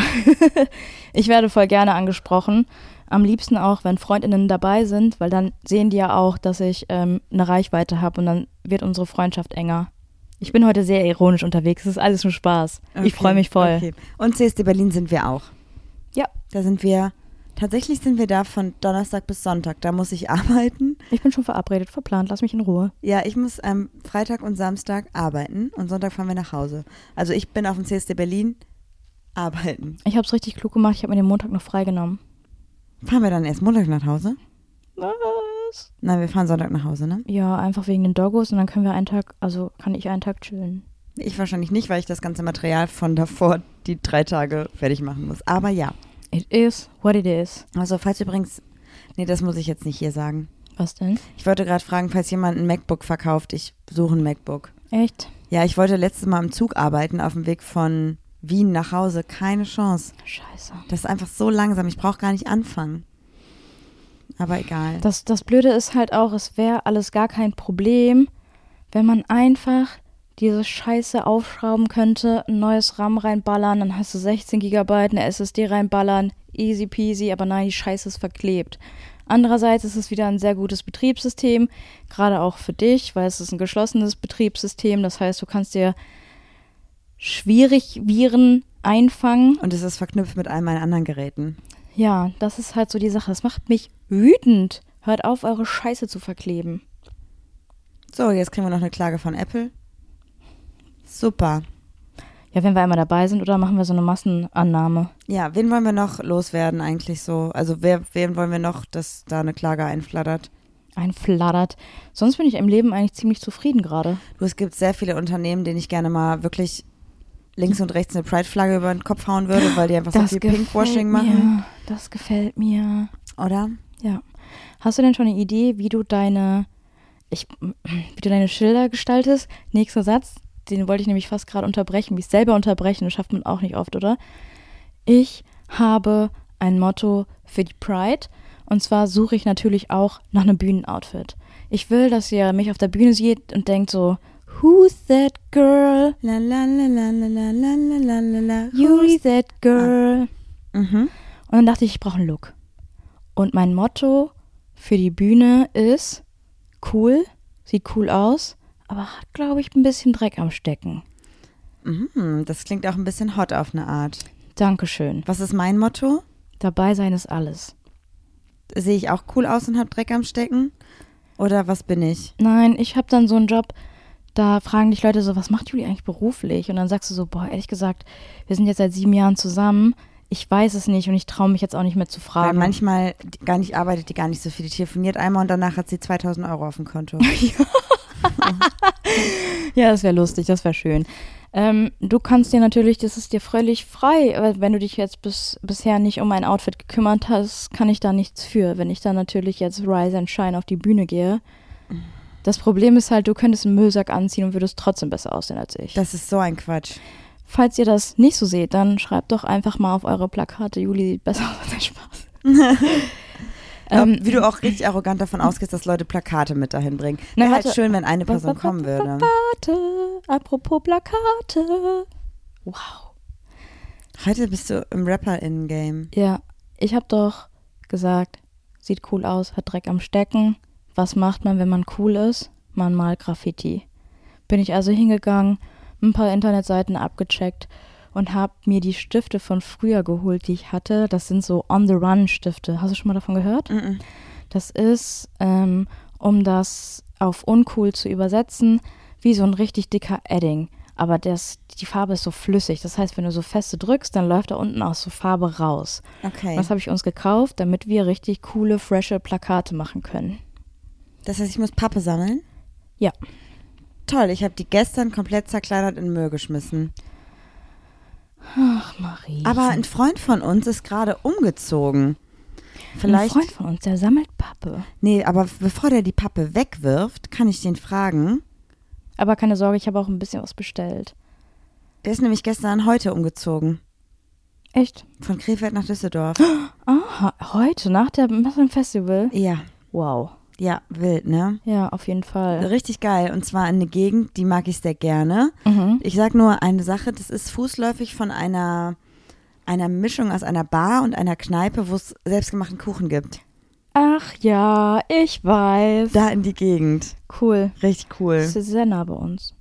ich werde voll gerne angesprochen. Am liebsten auch, wenn Freundinnen dabei sind, weil dann sehen die ja auch, dass ich ähm, eine Reichweite habe und dann wird unsere Freundschaft enger. Ich bin heute sehr ironisch unterwegs. Es ist alles nur Spaß. Ich
Okay,
freue mich voll.
okay. Und CSD Berlin sind wir auch.
Ja.
Da sind wir, tatsächlich sind wir da von Donnerstag bis Sonntag. Da muss ich arbeiten.
Ich bin schon verabredet, verplant. Lass mich in Ruhe.
Ja, ich muss am Freitag und Samstag arbeiten und Sonntag fahren wir nach Hause. Also ich bin auf dem CSD Berlin arbeiten.
Ich habe es richtig klug gemacht. Ich habe mir den Montag noch freigenommen.
Fahren wir dann erst Montag nach Hause?
Was?
Nein, wir fahren Sonntag nach Hause, ne?
Ja, einfach wegen den Doggos und dann können wir einen Tag, also kann ich einen Tag chillen.
Ich wahrscheinlich nicht, weil ich das ganze Material von davor die drei Tage fertig machen muss. Aber ja.
It is what it is.
Also falls übrigens, nee, das muss ich jetzt nicht hier sagen.
Was denn?
Ich wollte gerade fragen, falls jemand ein MacBook verkauft, ich suche ein MacBook.
Echt?
Ja, ich wollte letztes Mal im Zug arbeiten auf dem Weg von Wien nach Hause. Keine Chance.
Scheiße.
Das ist einfach so langsam. Ich brauche gar nicht anfangen. Aber egal.
Das, das Blöde ist halt auch, es wäre alles gar kein Problem, wenn man einfach diese Scheiße aufschrauben könnte, ein neues RAM reinballern, dann hast du 16 Gigabyte, eine SSD reinballern, easy peasy, aber nein, die Scheiße ist verklebt. Andererseits ist es wieder ein sehr gutes Betriebssystem, gerade auch für dich, weil es ist ein geschlossenes Betriebssystem, das heißt, du kannst dir schwierig Viren einfangen.
Und es ist verknüpft mit all meinen anderen Geräten.
Ja, das ist halt so die Sache. Das macht mich wütend. Hört auf, eure Scheiße zu verkleben.
So, jetzt kriegen wir noch eine Klage von Apple. Super.
Ja, wenn wir einmal dabei sind, oder machen wir so eine Massenannahme?
Ja, wen wollen wir noch loswerden eigentlich so? Also wer, wen wollen wir noch, dass da eine Klage einflattert?
Einfladdert. Sonst bin ich im Leben eigentlich ziemlich zufrieden gerade.
Du, es gibt sehr viele Unternehmen, denen ich gerne mal wirklich links und rechts eine Pride-Flagge über den Kopf hauen würde, weil die einfach so viel Pinkwashing machen,
mir. Das gefällt mir.
oder?
Ja. Hast du denn schon eine Idee, wie du deine, ich, wie du deine Schilder gestaltest? Nächster Satz, den wollte ich nämlich fast gerade unterbrechen, mich selber unterbrechen, das schafft man auch nicht oft, oder? Ich habe ein Motto für die Pride und zwar suche ich natürlich auch nach einem Bühnenoutfit. Ich will, dass ihr mich auf der Bühne seht und denkt so, who's that girl?
La la la la la la la la la la.
You're that girl.
Mhm.
Und dann dachte ich, ich brauche einen Look. Und mein Motto für die Bühne ist cool, sieht cool aus, aber hat, glaube ich, ein bisschen Dreck am Stecken.
Mm, das klingt auch ein bisschen hot auf eine Art.
Dankeschön.
Was ist mein Motto?
Dabei sein ist alles.
Sehe ich auch cool aus und habe Dreck am Stecken? Oder was bin ich?
Nein, ich habe dann so einen Job, da fragen dich Leute so, was macht Juli eigentlich beruflich? Und dann sagst du so, boah, ehrlich gesagt, wir sind jetzt seit sieben Jahren zusammen. Ich weiß es nicht und ich traue mich jetzt auch nicht mehr zu
Weil
fragen.
manchmal die- gar nicht arbeitet die gar nicht so viel. Die telefoniert einmal und danach hat sie 2000 Euro auf dem Konto.
Ja, das wäre lustig, das wäre schön. Ähm, du kannst dir natürlich, das ist dir völlig frei, aber wenn du dich jetzt bis, bisher nicht um ein Outfit gekümmert hast, kann ich da nichts für. Wenn ich dann natürlich jetzt Rise and Shine auf die Bühne gehe, das Problem ist halt, du könntest einen Müllsack anziehen und würdest trotzdem besser aussehen als ich.
Das ist so ein Quatsch.
Falls ihr das nicht so seht, dann schreibt doch einfach mal auf eure Plakate, Juli sieht besser aus als Spaß. Ähm,
Wie du auch richtig arrogant davon ausgehst, dass Leute Plakate mit dahin bringen.
Na,
Wäre halt
warte.
schön, wenn eine Person
Warte,
kommen würde.
Plakate, apropos Plakate. Wow.
Heute bist du im Rapper-In-Game.
Ja, ich habe doch gesagt, sieht cool aus, hat Dreck am Stecken. Was macht man, wenn man cool ist? Man malt Graffiti. Bin ich also hingegangen, ein paar Internetseiten abgecheckt und habe mir die Stifte von früher geholt, die ich hatte. Das sind so On-the-Run-Stifte. Hast du schon mal davon gehört?
Mhm.
Das ist, ähm, um das auf uncool zu übersetzen, wie so ein richtig dicker Edding. Aber das, die Farbe ist so flüssig. Das heißt, wenn du so feste drückst, dann läuft da unten auch so Farbe raus.
Okay.
Das habe ich uns gekauft, damit wir richtig coole, frische Plakate machen können.
Das heißt, ich muss Pappe sammeln?
Ja.
Toll, ich habe die gestern komplett zerkleinert in den Müll geschmissen.
Ach, Marie.
Aber ein Freund von uns ist gerade umgezogen.
ein
Vielleicht.
Freund von uns, der sammelt Pappe.
Nee, aber bevor der die Pappe wegwirft, kann ich den fragen.
Aber keine Sorge, ich habe auch ein bisschen was bestellt.
Der ist nämlich gestern heute umgezogen.
Echt?
Von Krefeld nach Düsseldorf.
Aha, heute nach dem nach dem Festival?
Ja,
Wow.
ja, wild, ne?
Ja, auf jeden Fall.
Richtig geil. Und zwar in eine Gegend, die mag ich sehr gerne.
Mhm.
Ich sag nur eine Sache, das ist fußläufig von einer, einer Mischung aus einer Bar und einer Kneipe, wo es selbstgemachten Kuchen gibt.
Ach ja, ich weiß.
Da in die Gegend.
Cool.
Richtig
Das
cool.
ist sehr nah bei uns.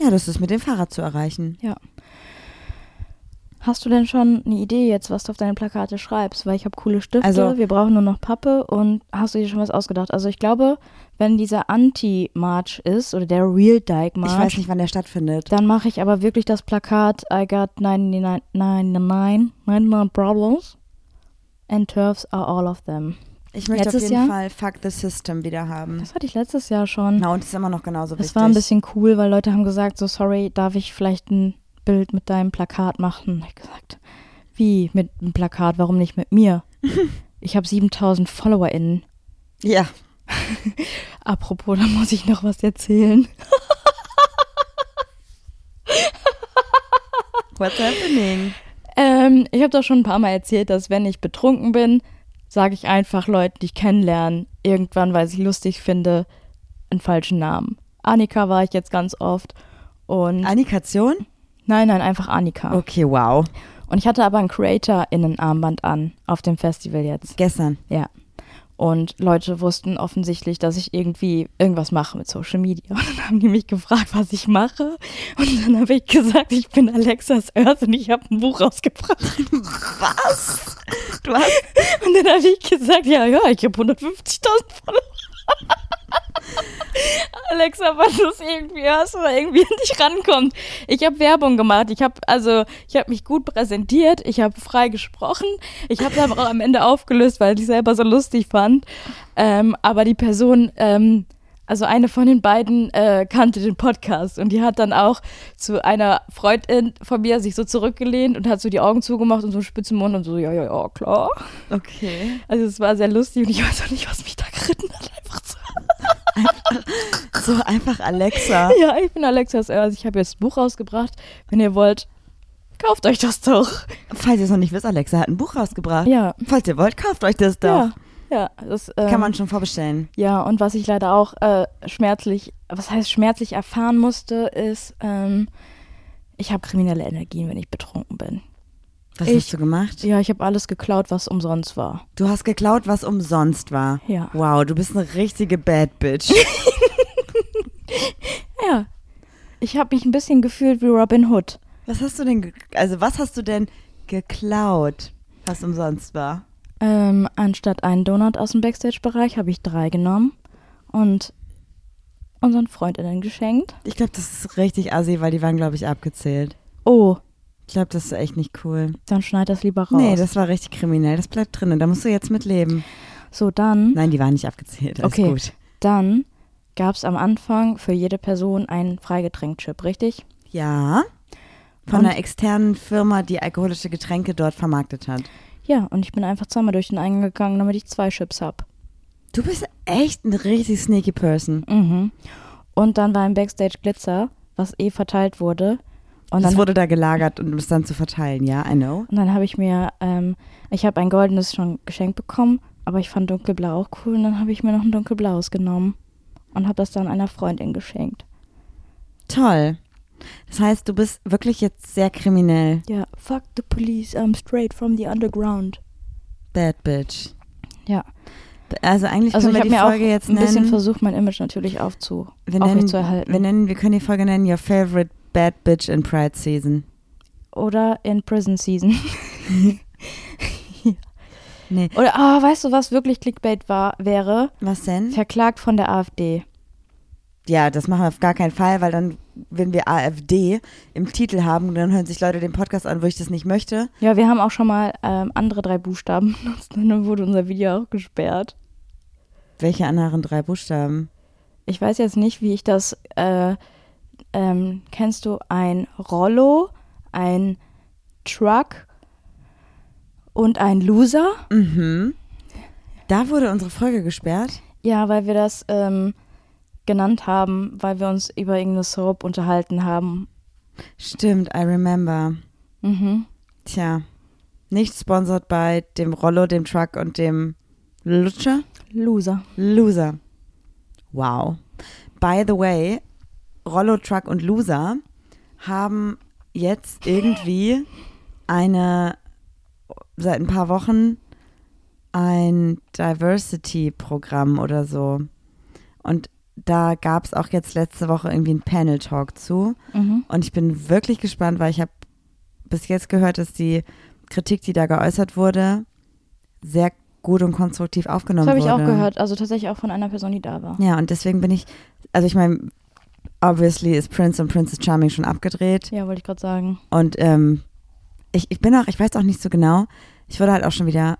Ja, das ist mit dem Fahrrad zu erreichen.
Hast du denn schon eine Idee jetzt, was du auf deine Plakate schreibst? Weil ich habe coole Stifte,
Also-
wir brauchen nur noch Pappe und hast du dir schon was ausgedacht? Also ich glaube, wenn dieser Anti-March ist oder der Real Dyke
Ich weiß
March,
nicht, wann der stattfindet.
dann mache ich aber wirklich das Plakat I got 99, 99, 99 problems and turfs are all of them.
Ich möchte
Letztes
auf
Jahr?
jeden Fall Fuck the System wieder haben.
Das hatte ich letztes Jahr schon.
Na, und ist immer noch genauso wichtig.
Das war ein bisschen cool, weil Leute haben gesagt, so sorry, darf ich vielleicht ein Bild mit deinem Plakat machen? Ich hab gesagt, wie mit einem Plakat, warum nicht mit mir? Ich habe 7000 FollowerInnen.
Ja.
Apropos, da muss ich noch was erzählen.
What's happening?
Ähm, ich habe doch schon ein paar Mal erzählt, dass wenn ich betrunken bin, sage ich einfach Leuten, die ich kennenlerne, irgendwann, weil ich es lustig finde, einen falschen Namen. Annika war ich jetzt ganz oft. Und
Annikation?
nein, nein, einfach Annika.
Okay, wow.
Und ich hatte aber ein Creator-Innen-Armband an auf dem Festival jetzt.
Gestern.
Ja. Und Leute wussten offensichtlich, dass ich irgendwie irgendwas mache mit Social Media. Und dann haben die mich gefragt, was ich mache. Und dann habe ich gesagt, ich bin Alexas Earth und ich habe ein Buch rausgebracht.
Was? Du hast
Und dann habe ich gesagt, ja, ja, ich habe 150.000 Follower. Alexa, was ist irgendwie hast du da irgendwie an dich rankommt. Ich habe Werbung gemacht. Ich habe also, ich habe mich gut präsentiert. Ich habe frei gesprochen. Ich habe aber auch am Ende aufgelöst, weil ich selber so lustig fand. Ähm, aber die Person, ähm, also eine von den beiden äh, kannte den Podcast und die hat dann auch zu einer Freundin von mir sich so zurückgelehnt und hat so die Augen zugemacht und so einen spitzen Mund und so, ja, ja, ja, klar.
Okay.
Also es war sehr lustig und ich weiß auch nicht, was mich da geritten hat. Einfach so.
So einfach Alexa.
Ja, ich bin Alexas Earth. Ich habe jetzt ein Buch rausgebracht. Wenn ihr wollt, kauft euch das doch.
Falls ihr es noch nicht wisst, Alexa hat ein Buch rausgebracht.
Ja.
Falls ihr wollt, kauft euch das doch.
Ja, ja. Das, ähm,
Kann man schon vorbestellen.
Ja, und was ich leider auch äh, schmerzlich, was heißt schmerzlich erfahren musste, ist, ähm, ich habe kriminelle Energien, wenn ich betrunken bin.
Was
Ich-
hast du gemacht?
Ja, ich habe alles geklaut, was umsonst war.
Du hast geklaut, was umsonst war.
Ja.
Wow, du bist eine richtige Bad Bitch.
Ja. Ich habe mich ein bisschen gefühlt wie Robin Hood.
was hast du denn, ge- also was hast du denn geklaut, was umsonst war?
Ähm, anstatt einen Donut aus dem Backstage-Bereich habe ich drei genommen und unseren Freundinnen geschenkt.
Ich glaube, das ist richtig assi, weil die waren, glaube ich, abgezählt.
Oh,
Ich glaube, das ist echt nicht cool.
dann schneid das lieber raus.
Nee, das war richtig kriminell. Das bleibt drin. Da musst du jetzt mit leben.
so, dann,
Nein, die waren nicht abgezählt. Alles
Okay.
gut.
dann gab es am Anfang für jede Person einen Freigetränkchip, richtig?
Ja. Von
Und-
einer externen Firma, die alkoholische Getränke dort vermarktet hat.
Ja, und ich bin einfach zweimal durch den Eingang gegangen, damit ich zwei Chips habe.
Du bist echt ein richtig sneaky Person.
Mhm. Und dann war im Backstage Glitzer, was eh verteilt wurde. Und
das
dann,
wurde da gelagert und um es dann zu verteilen, ja, I know.
und dann habe ich mir, ähm, ich habe ein goldenes schon geschenkt bekommen, aber ich fand dunkelblau auch cool und dann habe ich mir noch ein dunkelblaues genommen und habe das dann einer Freundin geschenkt.
Toll. Das heißt, du bist wirklich jetzt sehr kriminell.
Ja, fuck the police, I'm straight from the underground.
Bad Bitch.
Ja,
Also eigentlich
also ich
können wir
habe
die
mir auch
Folge
ein
jetzt nennen.
bisschen versucht, mein Image natürlich aufzu
wir nennen,
aufrechtzuerhalten.
wir nennen, wir können die Folge nennen Your Favorite Bad Bitch in Pride Season.
Oder in Prison Season.
Nee,
Oder, ah, weißt du, was wirklich Clickbait war, wäre?
was denn?
Verklagt von der AfD.
Ja, das machen wir auf gar keinen Fall, weil dann, wenn wir AfD im Titel haben, dann hören sich Leute den Podcast an, wo ich das nicht möchte.
Ja, wir haben auch schon mal ähm, andere drei Buchstaben benutzt und dann wurde unser Video auch gesperrt.
Welche anderen drei Buchstaben?
Ich weiß jetzt nicht, wie ich das. Äh, ähm, kennst du ein Rollo, ein Truck und ein Loser?
Mhm. Da wurde unsere Folge gesperrt.
Ja, weil wir das ähm, genannt haben, weil wir uns über irgendeine Soap unterhalten haben.
Stimmt, I remember.
Mhm.
Tja, nicht sponsored bei dem Rollo, dem Truck und dem Lutscher?
Loser.
Loser. Wow. By the way, Rollo, Truck und Loser haben jetzt irgendwie eine, seit ein paar Wochen, ein Diversity-Programm oder so. Und da gab es auch jetzt letzte Woche irgendwie einen Panel-Talk zu.
Mhm.
Und ich bin wirklich gespannt, weil ich habe bis jetzt gehört, dass die Kritik, die da geäußert wurde, sehr gut und konstruktiv aufgenommen
Das habe
wurde.
ich auch gehört, also tatsächlich auch von einer Person, die da war.
Ja, und deswegen bin ich, also ich meine, obviously ist Prince und Princess Charming schon abgedreht.
Ja, wollte ich gerade sagen.
Und ähm, ich, ich bin auch, ich weiß auch nicht so genau, ich wurde halt auch schon wieder,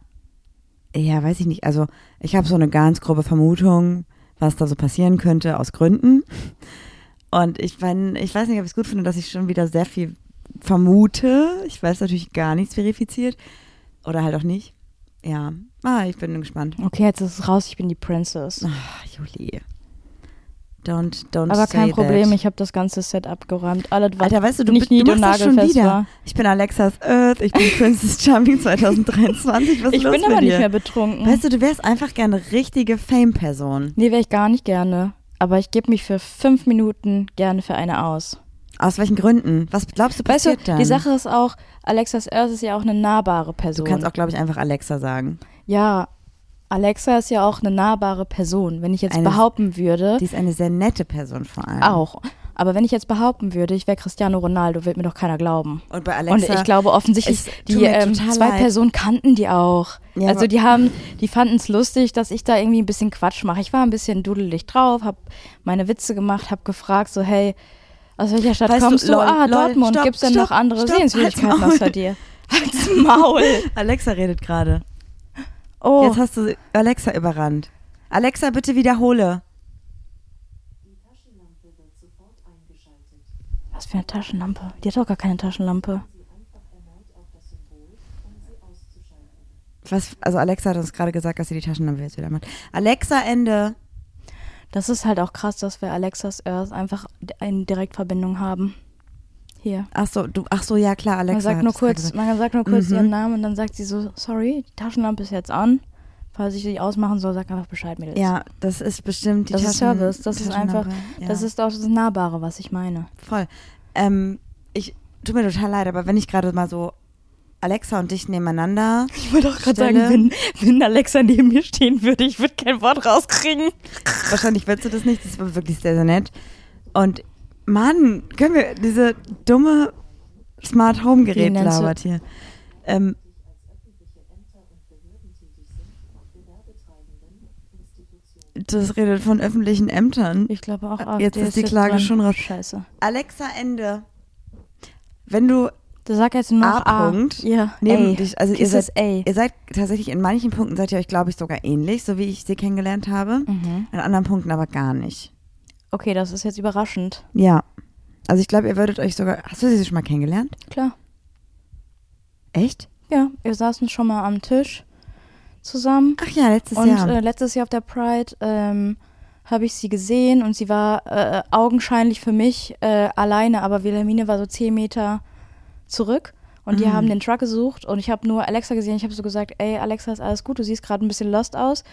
ja, weiß ich nicht, also ich habe so eine ganz grobe Vermutung, was da so passieren könnte, aus Gründen. Und ich, mein, ich weiß nicht, ob ich es gut finde, dass ich schon wieder sehr viel vermute. Ich weiß natürlich gar nichts verifiziert. Oder halt auch nicht. Ja, ah, ich bin gespannt.
Okay, jetzt ist es raus, ich bin die Princess.
Ah, Juli. Don't, don't
Also Aber kein
say
Problem,
that.
ich habe das ganze Set abgeräumt. Alle, was
Alter, weißt du, du,
nicht
bist-
nied-
du
und
machst das schon
nagelfest
wieder.
war.
Ich bin Alexas Earth, ich bin Princess Charming 2023. Was ist
Ich
los
bin
mit
aber
dir?
nicht mehr betrunken.
Weißt du, du wärst einfach gerne eine richtige Fame-Person.
Nee, wäre ich gar nicht gerne. Aber ich gebe mich für fünf Minuten gerne für eine aus.
Aus welchen Gründen? Was glaubst du
Weißt du,
passiert dann?
die Sache ist auch, Alexas Earth ist ja auch eine nahbare
Du
Person.
kannst auch, glaube ich, einfach Alexa sagen.
ja, Alexa ist ja auch eine nahbare Person. Wenn ich jetzt
Eine-
behaupten würde,
Die ist eine sehr nette Person vor allem.
auch. Aber wenn ich jetzt behaupten würde, ich wäre Cristiano Ronaldo, wird mir doch keiner glauben.
Und bei Alexa.
und ich glaube offensichtlich,
es tut
die
mir
ähm,
total
zwei
leid.
Personen kannten die auch.
Ja,
also
aber-
die haben, die fanden es lustig, dass ich da irgendwie ein bisschen Quatsch mache. Ich war ein bisschen dudelig drauf, habe meine Witze gemacht, habe gefragt so, hey, aus welcher Stadt
Weißt du,
kommst du?
lol,
ah,
lol,
Dortmund.
stopp,
Gibt's denn noch
stopp,
andere
stopp,
Sehenswürdigkeiten
halt's
außer dir? Halt's Maul.
Alexa redet gerade.
Oh,
Jetzt hast du Alexa überrannt. Alexa, bitte wiederhole.
was für eine Taschenlampe? Die hat doch gar keine Taschenlampe.
Was, also Alexa hat uns gerade gesagt, dass sie die Taschenlampe jetzt wieder macht. Alexa, Ende.
Das ist halt auch krass, dass wir Alexas Earth einfach in Direktverbindung haben. Hier.
Ach so, du, ach so, ja klar, Alexa.
Man sagt
hat
nur
es gerade
kurz,
gesagt.
man sagt nur kurz
Mhm.
ihren Namen und dann sagt sie so, sorry, die Taschenlampe ist jetzt an. Falls ich die ausmachen soll, sag einfach Bescheid, Mädels.
Ja, das ist bestimmt die
das ist
Taschen-
Service. Das ist
Taschenlampe.
einfach,
ja,
das ist auch das Nahbare, was ich meine.
voll. Ähm, ich tut mir total leid, aber wenn ich gerade mal so Alexa und dich nebeneinander.
Ich wollte auch gerade
Stelle.
sagen, wenn, wenn Alexa neben mir stehen würde, ich würde kein Wort rauskriegen.
Wahrscheinlich willst du das nicht. Das war wirklich sehr, sehr nett. Und Mann, können wir diese dumme Smart Home Gerät
Wie nennst du-
labert hier. Ähm, das redet von öffentlichen Ämtern.
Ich glaube auch,
AfD Äh, Jetzt ist ist die jetzt Klage dran. schon raus.
Scheiße.
Alexa, Ende. Wenn du
Du sag jetzt nur noch A.
A-Punkt
Ja,
neben
A.
dich, also ihr
Kiss
seid,
ist A.
ihr seid tatsächlich in manchen Punkten seid ihr euch, glaube ich, sogar ähnlich, so wie ich sie kennengelernt habe.
Mhm.
An anderen Punkten aber gar nicht.
Okay, das ist jetzt überraschend.
Ja. Also ich glaube, ihr würdet euch sogar. Hast du sie schon mal kennengelernt?
Klar.
Echt?
Ja, wir saßen schon mal am Tisch zusammen.
Ach ja, letztes
Und
Jahr.
äh, letztes Jahr auf der Pride ähm, habe ich sie gesehen und sie war äh, augenscheinlich für mich äh, alleine, aber Wilhelmine war so 10 Meter zurück und die haben den Truck gesucht und ich habe nur Alexa gesehen. Ich habe so gesagt, ey Alexa, ist alles gut, du siehst gerade ein bisschen lost aus.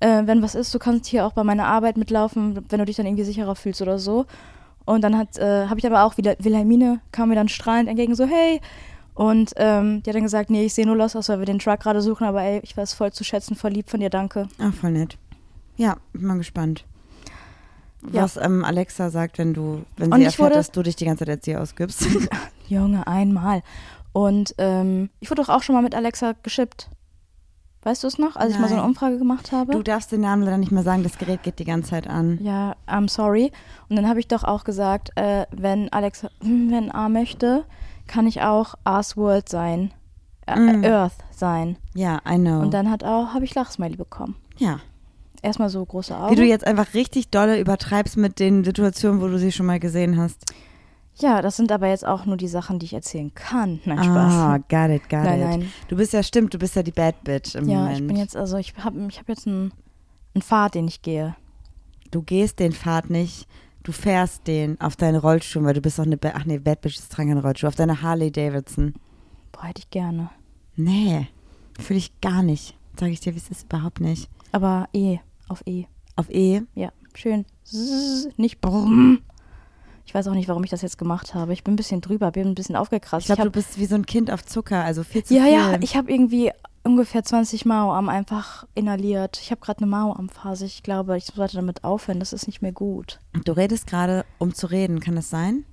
Äh, wenn was ist, du kannst hier auch bei meiner Arbeit mitlaufen, wenn du dich dann irgendwie sicherer fühlst oder so. Und dann hat, äh, habe ich aber auch wieder, Wilhelmine kam mir dann strahlend entgegen, so, hey. Und ähm, die hat dann gesagt, nee, ich sehe nur los aus, weil wir den Truck gerade suchen, aber ey, ich war es voll zu schätzen, voll lieb von dir, danke.
Ach, voll nett. Ja, bin mal gespannt.
Ja.
Was ähm, Alexa sagt, wenn du, wenn
Und
sie
ich
erfährt,
wurde-
dass du dich die ganze Zeit als sie ausgibst.
Junge, einmal. Und ähm, ich wurde doch auch schon mal mit Alexa geschippt. Weißt du es noch, als ich mal so eine
Nein.
Umfrage gemacht habe?
du darfst den Namen leider nicht mehr sagen, das Gerät geht die ganze Zeit an.
Ja, I'm sorry. Und dann habe ich doch auch gesagt, äh, wenn Alexa, hm, wenn A möchte, kann ich auch A's World sein. Ä-
Mm. Oh.
Earth sein.
Ja, I know.
Und dann hat auch, habe ich Lachsmiley bekommen.
ja.
Erstmal so große Augen.
Wie du jetzt einfach richtig dolle übertreibst mit den Situationen, wo du sie schon mal gesehen hast.
ja, das sind aber jetzt auch nur die Sachen, die ich erzählen kann. Nein,
Ah,
Spaß.
got it, got
Nein,
it.
nein.
Du bist ja, stimmt, du bist ja die Bad Bitch im
ja,
Moment.
ich bin jetzt, also ich habe ich hab jetzt einen, einen Pfad, den ich gehe.
du gehst den Pfad nicht, du fährst den auf deine Rollschuhe, weil du bist doch eine, Ba- ach nee, Bad Bitch ist dran keine Rollschuhe, auf deine Harley Davidson.
Boah, hätte ich gerne.
Nee, fühle ich gar nicht. Sag ich dir, wie es ist, überhaupt nicht.
Aber E, auf E.
Auf E,
Ja, schön. Zzzz, Nicht brumm. Ich weiß auch nicht, warum ich das jetzt gemacht habe. Ich bin ein bisschen drüber, bin ein bisschen
ich
aufgekratzt.
glaube, du
hab-
bist wie so ein Kind auf Zucker, also viel zu
ja,
viel.
ja, ich habe irgendwie ungefähr 20 Mao am einfach inhaliert. Ich habe gerade eine Mao am Phase. Ich glaube, ich sollte damit aufhören. Das ist nicht mehr gut.
Du redest gerade, um zu reden, kann das sein?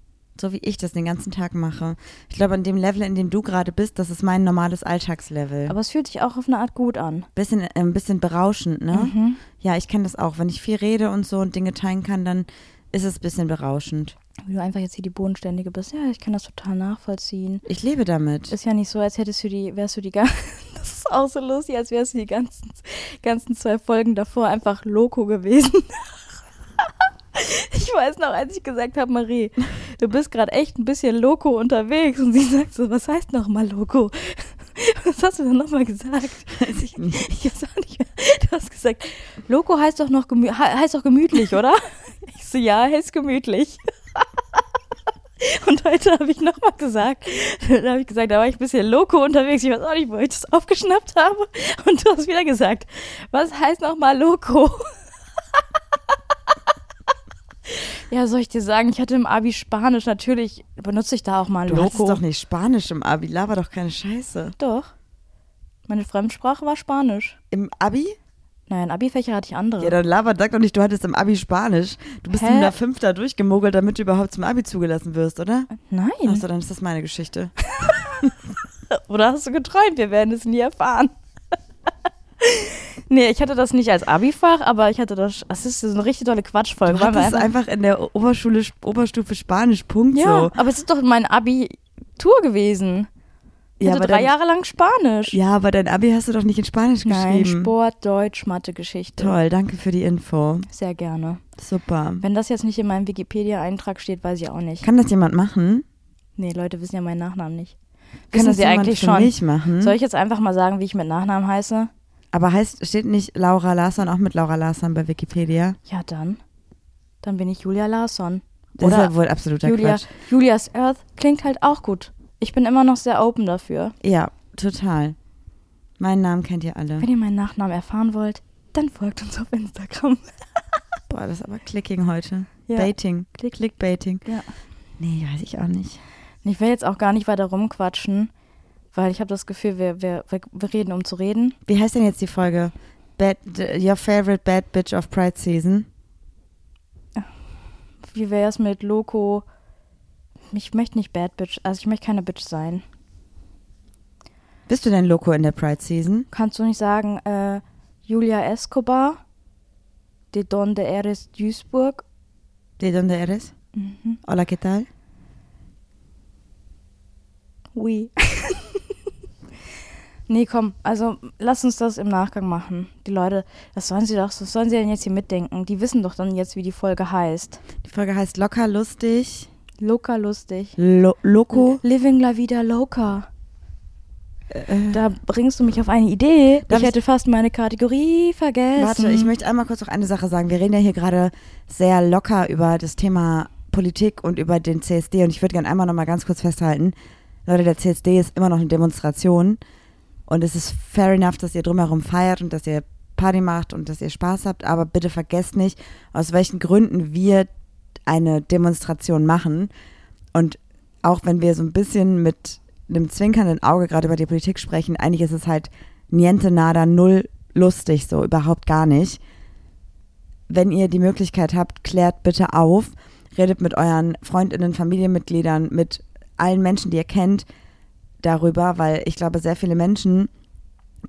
So wie ich das den ganzen Tag mache. Ich glaube, an dem Level, in dem du gerade bist, das ist mein normales Alltagslevel.
Aber es fühlt sich auch auf eine Art gut an.
Bisschen, äh, ein bisschen berauschend, ne?
Mhm.
Ja, ich kenne das auch. Wenn ich viel rede und so und Dinge teilen kann, dann ist es ein bisschen berauschend.
Wie du einfach jetzt hier die Bodenständige bist. Ja, ich kann das total nachvollziehen.
Ich lebe damit.
Ist ja nicht so, als hättest du die, wärst du die ganze, das ist auch so lustig, als wärst du die ganzen, ganzen zwei Folgen davor einfach Loco gewesen. Ich weiß noch, als ich gesagt habe, Marie, du bist gerade echt ein bisschen Loco unterwegs. Und sie sagt so, was heißt nochmal Loco? Was hast du denn nochmal gesagt?
Weiß ich nicht.
Ich weiß auch nicht mehr. Du hast gesagt, Loco heißt doch noch gemü he- heißt doch gemütlich, oder? Ich so, ja, heißt gemütlich. Und heute habe ich nochmal gesagt, da habe ich gesagt, da war ich ein bisschen loco unterwegs. Ich weiß auch nicht, wo ich das aufgeschnappt habe. Und du hast wieder gesagt, was heißt nochmal loco? Ja, soll ich dir sagen, ich hatte im Abi Spanisch, natürlich benutze ich da auch mal
Du
loco.
hattest doch nicht Spanisch im Abi, laber doch keine Scheiße.
doch. Meine Fremdsprache war Spanisch.
Im Abi?
Nein, Abi-Fächer hatte ich andere.
Ja, dann laber, sag doch nicht, du hattest im Abi Spanisch. Du bist
Hä?
in der Fünfter durchgemogelt, damit du überhaupt zum Abi zugelassen wirst, oder?
Nein.
Achso, dann ist das meine Geschichte.
Oder hast du geträumt? Wir werden es nie erfahren. nee, ich hatte das nicht als Abi-Fach, aber ich hatte das. Das ist so eine richtig tolle Quatschfolge.
Du
Wollen wir
hattest einfach in der Oberschule, Oberstufe Spanisch, Punkt
ja, also
so.
aber es ist doch mein Abi-Tour gewesen. Ich
Ja,
hatte
aber
drei
dann-
Jahre lang Spanisch.
Ja, aber dein Abi hast du doch nicht in Spanisch
Nein,
geschrieben.
Sport, Deutsch, Mathe, Geschichte.
Toll, danke für die Info.
Sehr gerne.
Super.
Wenn das jetzt nicht in meinem Wikipedia-Eintrag steht, weiß ich auch nicht.
Kann das jemand machen?
Nee, Leute wissen ja meinen Nachnamen nicht.
Kann
Wissen
das
sie
jemand
eigentlich
für
schon.
mich machen?
Soll ich jetzt einfach mal sagen, wie ich mit Nachnamen heiße?
Aber heißt, steht nicht Laura Larsson auch mit Laura Larsson bei Wikipedia?
Ja, dann. Dann bin ich Julia Larsson.
Das ist ja wohl absoluter
Julia,
Quatsch.
Julias Earth klingt halt auch gut. Ich bin immer noch sehr open dafür.
Ja, total. Meinen Namen kennt ihr alle.
Wenn ihr meinen Nachnamen erfahren wollt, dann folgt uns auf Instagram.
Boah, das ist aber Clicking heute.
Ja.
Baiting.
Klick.
Clickbaiting.
Ja.
Nee, weiß ich auch nicht.
Und ich will jetzt auch gar nicht weiter rumquatschen. Weil ich habe das Gefühl, wir, wir, wir, wir reden, um zu reden.
Wie heißt denn jetzt die Folge? Bad, your favorite bad bitch of Pride Season?
Wie wäre es mit Loco? Ich möchte nicht Bad Bitch, also ich möchte keine Bitch sein.
Bist du denn Loco in der Pride Season?
Kannst du nicht sagen, äh, Julia Escobar, de Donde Eres Duisburg?
De donde eres?
Mhm.
Hola, ¿qué tal?
Oui. nee, komm, also lass uns das im Nachgang machen. Die Leute, das sollen sie doch, was sollen sie denn jetzt hier mitdenken? Die wissen doch dann jetzt, wie die Folge heißt.
Die Folge heißt Locker lustig.
Loka lustig.
Lo Loco.
Living la vida loca. Da bringst du mich auf eine Idee.
Darf
Ich
ich-
hätte fast meine Kategorie vergessen.
Warte, ich möchte einmal kurz noch eine Sache sagen. Wir reden ja hier gerade sehr locker über das Thema Politik und über den CSD und ich würde gerne einmal noch mal ganz kurz festhalten, Leute, der CSD ist immer noch eine Demonstration und es ist fair enough, dass ihr drumherum feiert und dass ihr Party macht und dass ihr Spaß habt, aber bitte vergesst nicht, aus welchen Gründen wir eine Demonstration machen und auch wenn wir so ein bisschen mit einem zwinkernden Auge gerade über die Politik sprechen, eigentlich ist es halt niente nada, null lustig, so überhaupt gar nicht. Wenn ihr die Möglichkeit habt, klärt bitte auf, redet mit euren Freundinnen, Familienmitgliedern, mit allen Menschen, die ihr kennt, darüber, weil ich glaube, sehr viele Menschen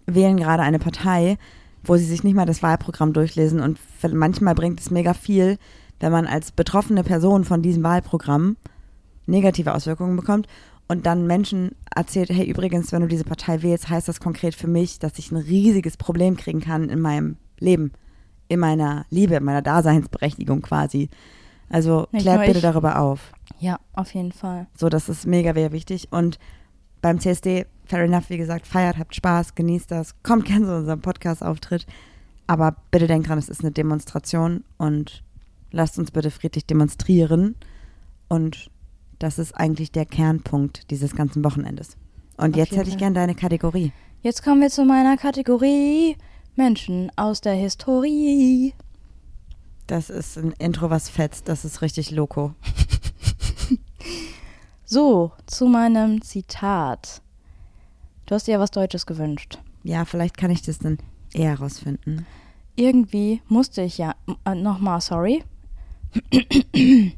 wählen gerade eine Partei, wo sie sich nicht mal das Wahlprogramm durchlesen und manchmal bringt es mega viel, wenn man als betroffene Person von diesem Wahlprogramm negative Auswirkungen bekommt und dann Menschen erzählt, hey übrigens, wenn du diese Partei wählst, heißt das konkret für mich, dass ich ein riesiges Problem kriegen kann in meinem Leben, in meiner Liebe, in meiner Daseinsberechtigung quasi. Also
Nicht
klärt
nur
bitte
ich.
darüber auf.
ja, auf jeden Fall.
So, das ist mega, mega wichtig. Und beim CSD, fair enough, wie gesagt, feiert, habt Spaß, genießt das, kommt gerne zu unserem Podcast-Auftritt. Aber bitte denkt dran, es ist eine Demonstration und lasst uns bitte friedlich demonstrieren. Und das ist eigentlich der Kernpunkt dieses ganzen Wochenendes. Und
Auf
jetzt
jeden
hätte ich
Fall.
gerne deine Kategorie.
Jetzt kommen wir zu meiner Kategorie Menschen aus der Historie.
Das ist ein Intro, was fetzt. Das ist richtig loco.
So, zu meinem Zitat. Du hast dir ja was Deutsches gewünscht.
Ja, vielleicht kann ich das dann eher rausfinden.
Irgendwie musste ich ja. Äh, Nochmal, sorry.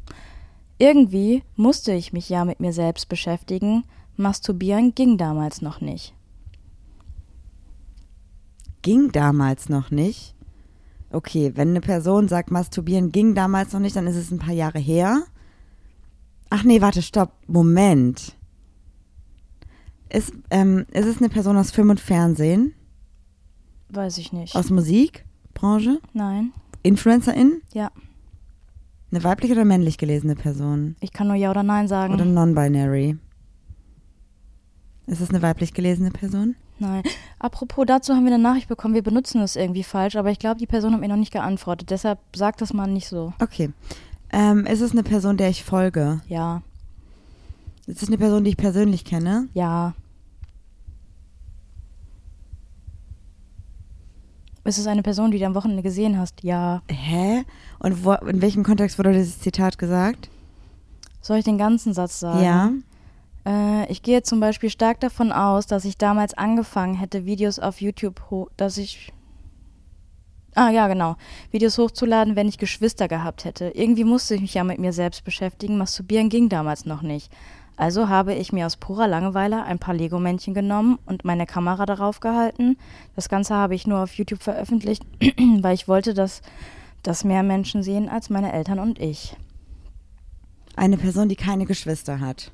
Irgendwie musste ich mich ja mit mir selbst beschäftigen. Masturbieren ging damals noch nicht.
ging damals noch nicht. Okay, wenn eine Person sagt, masturbieren ging damals noch nicht, dann ist es ein paar Jahre her. Ach nee, warte, stopp, Moment. Ist, ähm, ist es eine Person aus Film und Fernsehen,
Weiß ich nicht.
aus Musikbranche,
Nein.
Influencerin,
Ja.
eine weibliche oder männlich gelesene Person
Ich kann nur Ja oder Nein sagen.
oder non-binary? Ist es eine weiblich gelesene Person?
Nein. Apropos, dazu haben wir eine Nachricht bekommen, wir benutzen das irgendwie falsch, aber ich glaube, die Person hat mir noch nicht geantwortet. Deshalb sag das mal nicht so.
Okay. Ähm, ist es eine Person, der ich folge?
Ja,
Ist es eine Person, die ich persönlich kenne?
ja. Ist es eine Person, die du am Wochenende gesehen hast? Ja.
Hä? Und wo, in welchem Kontext wurde dieses Zitat gesagt?
Soll ich den ganzen Satz sagen?
Ja.
Äh, ich gehe zum Beispiel stark davon aus, dass ich damals angefangen hätte, Videos auf YouTube ho dass ich. Ah ja, genau. Videos hochzuladen, wenn ich Geschwister gehabt hätte. Irgendwie musste ich mich ja mit mir selbst beschäftigen. Masturbieren ging damals noch nicht. Also habe ich mir aus purer Langeweile ein paar Lego-Männchen genommen und meine Kamera darauf gehalten. Das Ganze habe ich nur auf YouTube veröffentlicht, weil ich wollte, dass das mehr Menschen sehen als meine Eltern und ich.
Eine Person, die keine Geschwister hat.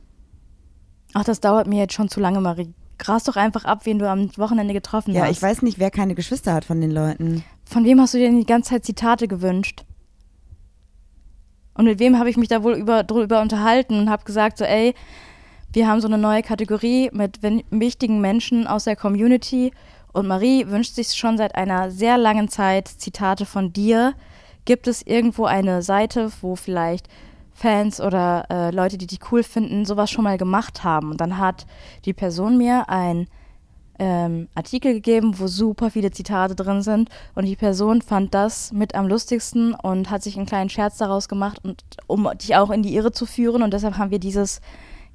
Ach, das dauert mir jetzt schon zu lange, Marie. Gras doch einfach ab, wen du am Wochenende getroffen
Ja,
hast.
ich weiß nicht, wer keine Geschwister hat von den Leuten.
Von wem hast du dir denn die ganze Zeit Zitate gewünscht? Und mit wem habe ich mich da wohl über, drüber unterhalten und habe gesagt, so, ey, wir haben so eine neue Kategorie mit wen- wichtigen Menschen aus der Community. Und Marie wünscht sich schon seit einer sehr langen Zeit Zitate von dir. Gibt es irgendwo eine Seite, wo vielleicht Fans oder äh, Leute, die dich cool finden, sowas schon mal gemacht haben? Und dann hat die Person mir ein ähm, Artikel gegeben, wo super viele Zitate drin sind. Und die Person fand das mit am lustigsten und hat sich einen kleinen Scherz daraus gemacht, und, um dich auch in die Irre zu führen. Und deshalb haben wir dieses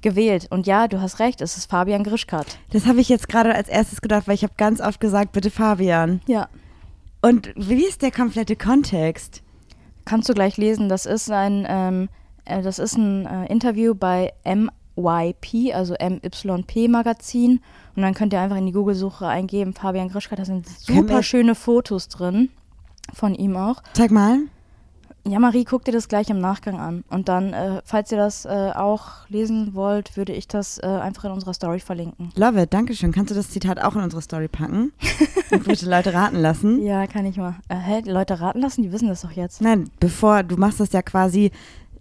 gewählt. Und ja, du hast recht, es ist Fabian Grischkat.
Das habe ich jetzt gerade als erstes gedacht, weil ich habe ganz oft gesagt, bitte Fabian.
Ja.
Und wie ist der komplette Kontext?
Kannst du gleich lesen, das ist ein, ähm, äh, das ist ein äh, Interview bei MYP, also MYP Magazin. Und dann könnt ihr einfach in die Google-Suche eingeben, Fabian Grischkat, da sind
Können wir-
super schöne Fotos drin. Von ihm auch.
Zeig mal.
Ja, Marie, guck dir das gleich im Nachgang an. Und dann, äh, falls ihr das äh, auch lesen wollt, würde ich das äh, einfach in unserer Story verlinken.
Love it, Dankeschön. Kannst du das Zitat auch in unsere Story packen? Und bitte Leute raten lassen.
Ja, kann ich mal. Äh, hä, Leute raten lassen, die wissen das doch jetzt.
Nein, bevor, du machst das ja quasi.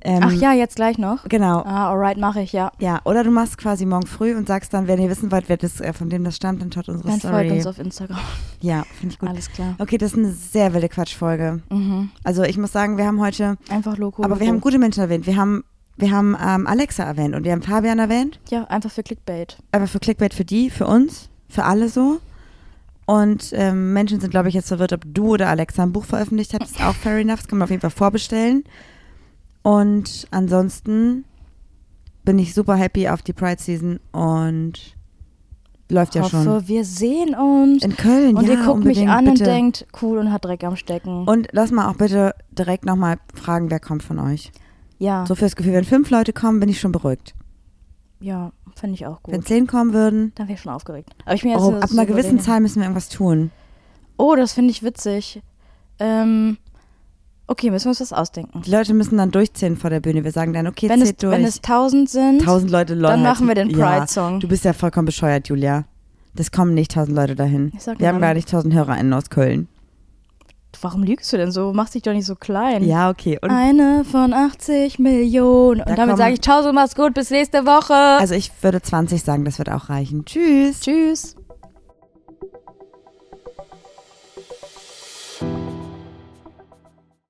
Ähm,
Ach ja, jetzt gleich noch.
Genau.
Ah, alright, mache ich, ja.
Ja, oder du machst quasi morgen früh und sagst dann, wenn ihr wissen wollt, wer das, äh, von dem das stammt, dann schaut unsere
Dann
Story.
folgt uns auf Instagram.
ja, finde ich gut.
Alles klar.
Okay, das ist eine sehr wilde Quatschfolge.
Mhm.
Also ich muss sagen, wir haben heute,
Einfach Loco.
aber wir haben gute Menschen erwähnt. Wir haben, wir haben ähm, Alexa erwähnt und wir haben Fabian erwähnt.
Ja, einfach für Clickbait.
Aber für Clickbait für die, für uns, für alle so. Und ähm, Menschen sind, glaube ich, jetzt verwirrt, ob du oder Alexa ein Buch veröffentlicht hast. Ist auch fair enough. Das kann man auf jeden Fall vorbestellen. Und ansonsten bin ich super happy auf die Pride Season und läuft ja
Hoffe,
schon.
wir sehen uns.
In Köln,
und
ja,
ihr guckt mich
unbedingt,
an
bitte.
und denkt, cool und hat Dreck am Stecken.
Und lass mal auch bitte direkt nochmal fragen, wer kommt von euch.
ja,
So fürs Gefühl, wenn fünf Leute kommen, bin ich schon beruhigt.
ja, finde ich auch gut.
Wenn zehn kommen würden,
Dann wäre ich schon aufgeregt. Aber ich mir jetzt
oh,
so-
ab
so
einer gewissen
überlegen.
Zahl müssen wir irgendwas tun.
Oh, das finde ich witzig. Ähm, okay, müssen wir uns das ausdenken.
Die Leute müssen dann durchziehen vor der Bühne. Wir sagen dann, okay,
Wenn
zählt
es,
durch.
wenn es 1000 sind,
tausend Leute lol
dann
halt.
machen wir den
Ja,
Pride-Song.
du bist ja vollkommen bescheuert, Julia. Das kommen nicht tausend Leute dahin.
Ich sag
wir
nur
haben
dann-
gar nicht tausend HörerInnen aus Köln.
Warum lügst du denn so? Machst dich doch nicht so klein.
Ja, okay. Und
Eine von 80 Millionen. Und
Da
damit
kommen-
sage ich, ciao, so mach's gut, bis nächste Woche.
also ich würde 20 sagen, das wird auch reichen. Tschüss.
Tschüss.